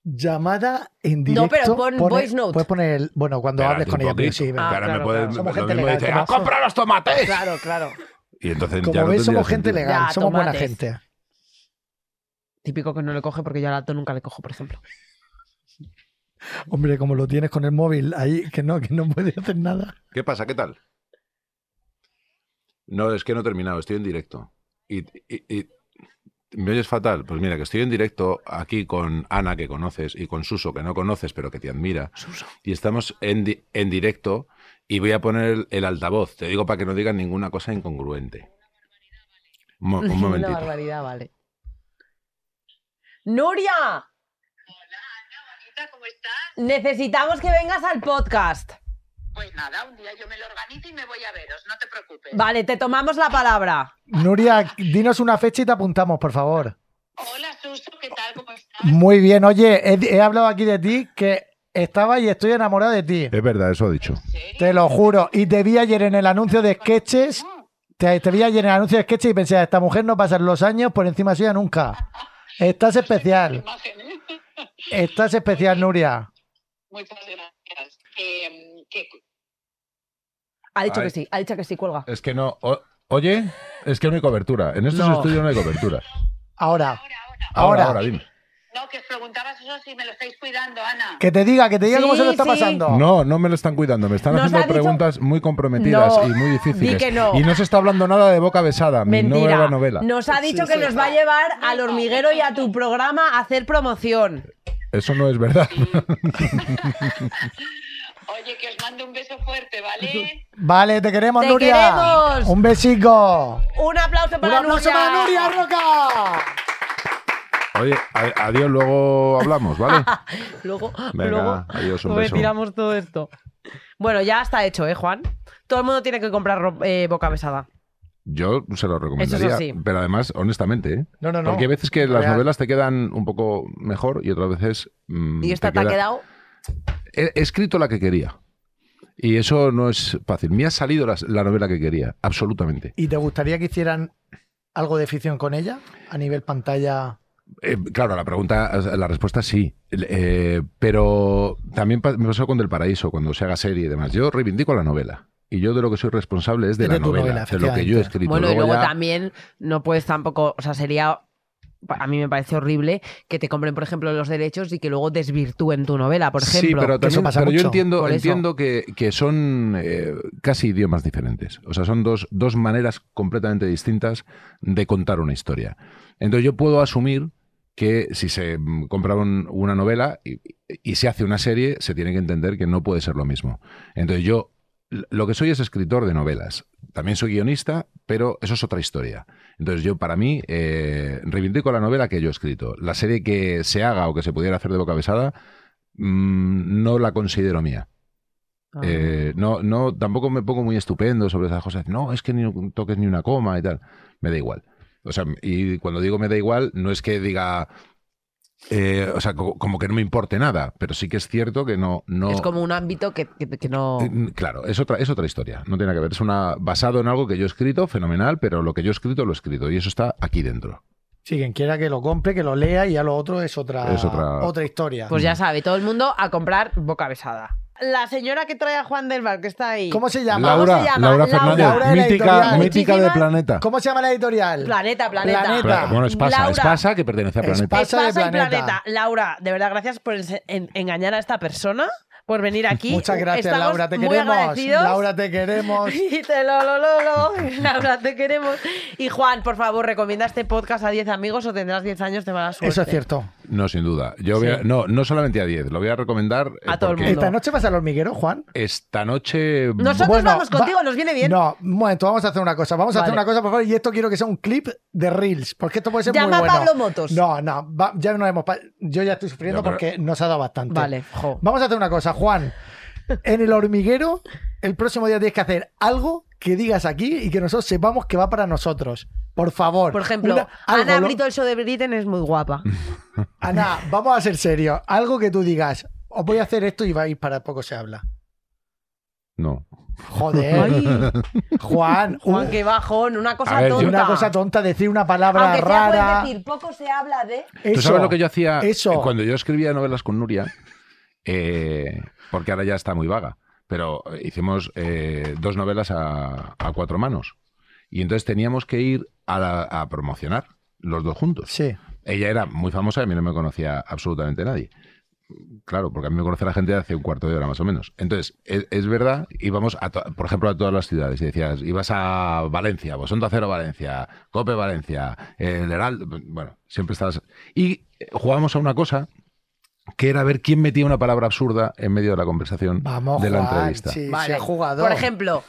Llamada en directo. No, pero pone- pon voice note. Puedes poner el- bueno, cuando Espérate hables con un ella. pero poquito. sí, Que verdad. Ah, ahora me claro, puede- claro. Somos lo gente mismo legal, dice, como ¡ah, somos- compra los tomates! Claro, claro. Y entonces ya Como no veis, tendría somos gente sentido. legal, Ya, somos buena tomates. gente. Típico que no le coge porque yo al alto nunca le cojo, por ejemplo. Hombre, como lo tienes con el móvil ahí, que no, que no puedes hacer nada. ¿Qué pasa? ¿Qué tal? No, es que no he terminado, estoy en directo. Y, y- y- ¿Me oyes fatal? Pues mira, que estoy en directo aquí con Ana, que conoces, y con Suso, que no conoces, pero que te admira. Y estamos en, di- en directo y voy a poner el, el altavoz. Te digo para que no digan ninguna cosa incongruente. Un, mo- un Una momentito. barbaridad, vale. ¡Nuria! ¿cómo estás? Necesitamos que vengas al podcast. Pues nada, un día yo me lo organizo y me voy a veros, no te preocupes. Vale, te tomamos la palabra. Nuria, dinos una fecha y te apuntamos, por favor. Hola, Suso, ¿qué tal? ¿Cómo estás? Muy bien, oye, he, he hablado aquí de ti que estaba y estoy enamorado de ti. Es verdad, eso ha dicho. ¿En serio? Te lo juro. Y te vi ayer en el anuncio de sketches. Te, te vi ayer en el anuncio de sketches y pensé, a esta mujer no pasan los años por encima suya nunca. Estás especial. Imagen, ¿eh? Estás especial, Nuria. Muchas gracias. Que, mm, que- Ha dicho Ay. que sí, ha dicho que sí, cuelga. Es que no. o- Oye, es que no hay cobertura. En estos No. estudios no hay cobertura. Ahora, ahora, ahora. Ahora. ahora dime. No, que os preguntabas eso si me lo estáis cuidando, Ana. que te diga, que te diga cómo Sí, se lo está sí. pasando. No, no me lo están cuidando. Me están Nos ha haciendo dicho- preguntas muy comprometidas No, y muy difíciles. di que no. Y no se está hablando nada de boca besada, mi Mentira. nueva novela. Nos ha dicho que nos va a llevar al hormiguero y a tu programa a hacer promoción. Eso no es verdad. Oye, que os mando un beso fuerte, ¿vale? Vale, te queremos, Te Nuria. queremos. Un besico. Un aplauso Un para aplauso para Nuria Roca. Oye, a- adiós, luego hablamos, ¿vale? Luego, Venga, luego adiós, un beso. retiramos todo esto. Bueno, ya está hecho, ¿eh, Juan? Todo el mundo tiene que comprar ro- eh, boca besada. Yo se lo recomendaría, sí. pero además, honestamente, ¿eh? No, no, no. Porque hay veces que las Real. novelas te quedan un poco mejor y otras veces... mm, Y esta te, ha queda- quedado. He, he escrito la que quería. Y eso no es fácil. Me ha salido las- la novela que quería, absolutamente. ¿Y te gustaría que hicieran algo de ficción con ella? A nivel pantalla. Eh, claro, la pregunta, la respuesta es sí. El- eh, pero también pa- me pasó con Del Paraíso, cuando se haga serie y demás. Yo reivindico la novela. Y yo de lo que soy responsable es de, Es la de tu novela, novela, de lo que efectivamente. yo he escrito. Bueno, y luego ya- también no puedes tampoco. O sea, sería. A mí me parece horrible que te compren, por ejemplo, los derechos y que luego desvirtúen tu novela, por ejemplo. Sí, pero, que eso también- pasa pero yo mucho, entiendo, por eso. entiendo que, que son eh, casi idiomas diferentes. O sea, son dos, dos maneras completamente distintas de contar una historia. Entonces yo puedo asumir que si se mm, compra un- una novela y, y se hace una serie, se tiene que entender que no puede ser lo mismo. Entonces yo l- lo que soy es escritor de novelas. También soy guionista, pero eso es otra historia. Entonces yo para mí eh, reivindico la novela que yo he escrito. La serie que se haga o que se pudiera hacer de boca besada, mm, no la considero mía. Ah. Eh, no, no, tampoco me pongo muy estupendo sobre esas cosas. No, es que ni toques ni una coma y tal. Me da igual. O sea, y cuando digo me da igual, no es que diga. eh, o sea, co- como que no me importe nada, pero sí que es cierto que no. no Es como un ámbito que, que- que no. Eh, Claro, es otra, es otra historia. No tiene nada que ver. Es una basado en algo que yo he escrito, fenomenal, pero lo que yo he escrito lo he escrito. Y eso está aquí dentro. Sí, quien quiera que lo compre, que lo lea y ya lo otro es otra, Es otra- historia. Pues ya sabe, todo el mundo a comprar boca besada. La señora que trae a Juan del Bar, que está ahí. ¿Cómo se llama? Laura, se llama? Laura Fernández, Laura de la mítica, editorial. mítica de Muchísimas- Planeta. ¿Cómo se llama la editorial? Planeta, planeta. Planeta. Pla- bueno, es pasa, Laura. es pasa que pertenece a Es Planeta. Pasa de Espasa y planeta. Planeta. Laura, de verdad, gracias por ense- en- engañar a esta persona, por venir aquí. Muchas gracias, Estamos Laura. Te muy queremos. agradecidos. Laura, te queremos. Y te lo, lo, lo, lo. Laura, te queremos. Y Juan, por favor, recomienda este podcast a 10 amigos o tendrás 10 años de mala suerte. Eso es cierto. No, sin duda. Yo voy a- no, no solamente a 10, lo voy a recomendar eh, A todo el porque mundo. ¿Esta noche vas al hormiguero, Juan? Esta noche Nosotros Bueno, vamos contigo, va- nos viene bien. No, un momento, vamos a hacer una cosa. Vamos a hacer Vale. una cosa, por favor, y esto quiero que sea un clip de Reels, porque esto puede ser Llama muy a bueno. Pablo Motos. No, no, va- ya no hemos. pa- Yo ya estoy sufriendo Ya, pero- porque nos ha dado bastante. Vale, jo. Vamos a hacer una cosa, Juan. En el hormiguero, el próximo día tienes que hacer algo que digas aquí y que nosotros sepamos que va para nosotros. Por favor. Por ejemplo, Una- algo Uh. Ana lo- Brito, el show de Britten, es muy guapa. Ana, vamos a ser serios. Algo que tú digas, os voy a hacer esto y vais para poco se habla. no. Joder. Juan, Juan, un- qué bajón, una cosa A ver, yo- tonta. una cosa tonta, decir una palabra Aunque sea rara. por decir, poco se habla de... ¿Tú Eso. sabes lo que yo hacía eh, eso. cuando yo escribía novelas con Nuria? Eh, porque ahora ya está muy vaga. Pero hicimos eh, dos novelas a, a cuatro manos. Y entonces teníamos que ir a, la- a promocionar los dos juntos. Sí. Ella era muy famosa y a mí no me conocía absolutamente nadie. Claro, porque a mí me conoce la gente de hace un cuarto de hora más o menos. Entonces, es, es verdad, íbamos, a to- por ejemplo, a todas las ciudades y decías, ibas a Valencia, Bosonta Cero Valencia, Cope Valencia, eh, el Heraldo, pues, bueno, siempre estabas... Y jugábamos a una cosa que era ver quién metía una palabra absurda en medio de la conversación Vamos, de la Juan, entrevista. Sí, Vale. sí, jugador. Por ejemplo,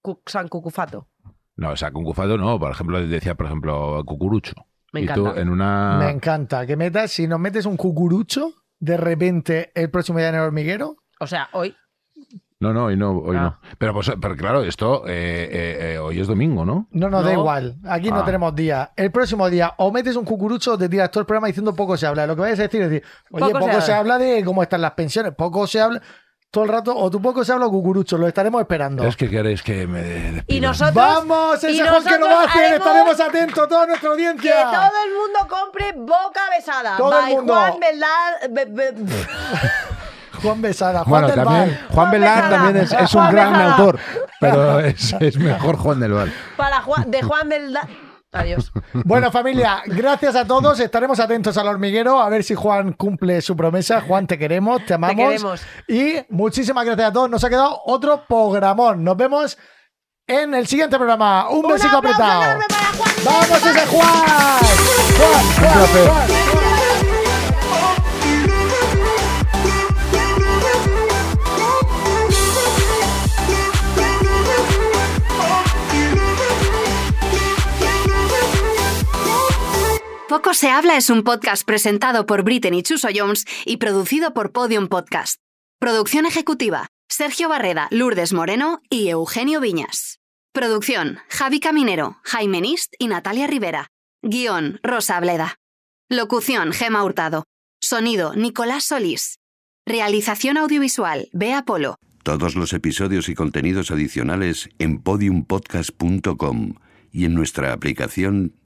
cu- San Cucufato. No, o sea, con Cufado no, por ejemplo, decía, por ejemplo, Cucurucho. Me y tú encanta. en una... Me encanta. Que metas, si nos metes un cucurucho, de repente el próximo día en el hormiguero. O sea, hoy. No, no, hoy no, hoy Ah. no. Pero, pues, pero claro, esto eh, eh, eh, hoy es domingo, ¿no? No nos da No. igual. Aquí no Ah. tenemos día. El próximo día, o metes un cucurucho o te tiras todo el programa diciendo poco se habla. Lo que vayas a decir es decir, oye, Poco poco, se se, habla. habla de cómo están las pensiones, poco se habla. Todo el rato, o tu poco se habla o cucurucho, lo estaremos esperando. Es que queréis que me despidan. Y nosotros. ¡Vamos! y ¡Ese Juan que lo va a nosotros hacer! haremos ¡Estaremos atentos, toda nuestra Que audiencia! todo el mundo compre boca besada. Todo el By mundo. Juan Velar- be- be- Juan Besada, Juan Bueno, del también, Val. Juan Velar Besada. también es, es un Juan gran Besada. autor, pero es, es mejor Juan del Val. para Juan, de Juan Velar. Adiós. Bueno, familia, gracias a todos. Estaremos atentos al hormiguero a ver si Juan cumple su promesa. Juan, te queremos, te amamos. queremos. Y muchísimas gracias a todos. Nos ha quedado otro programón. Nos vemos en el siguiente programa. Un, Un besico aplauso apretado. enorme para Juan ¡Vamos ese Juan! ¡Juan, Juan, Juan! Poco se habla es un podcast presentado por Britten y Chuso Jones y producido por Podium Podcast. Producción ejecutiva: Sergio Barreda, Lourdes Moreno y Eugenio Viñas. Producción: Javi Caminero, Jaime Nist y Natalia Rivera. Guión: Rosa Bleda. Locución: Gema Hurtado. Sonido: Nicolás Solís. Realización audiovisual: Bea Polo. Todos los episodios y contenidos adicionales en podiumpodcast.com y en nuestra aplicación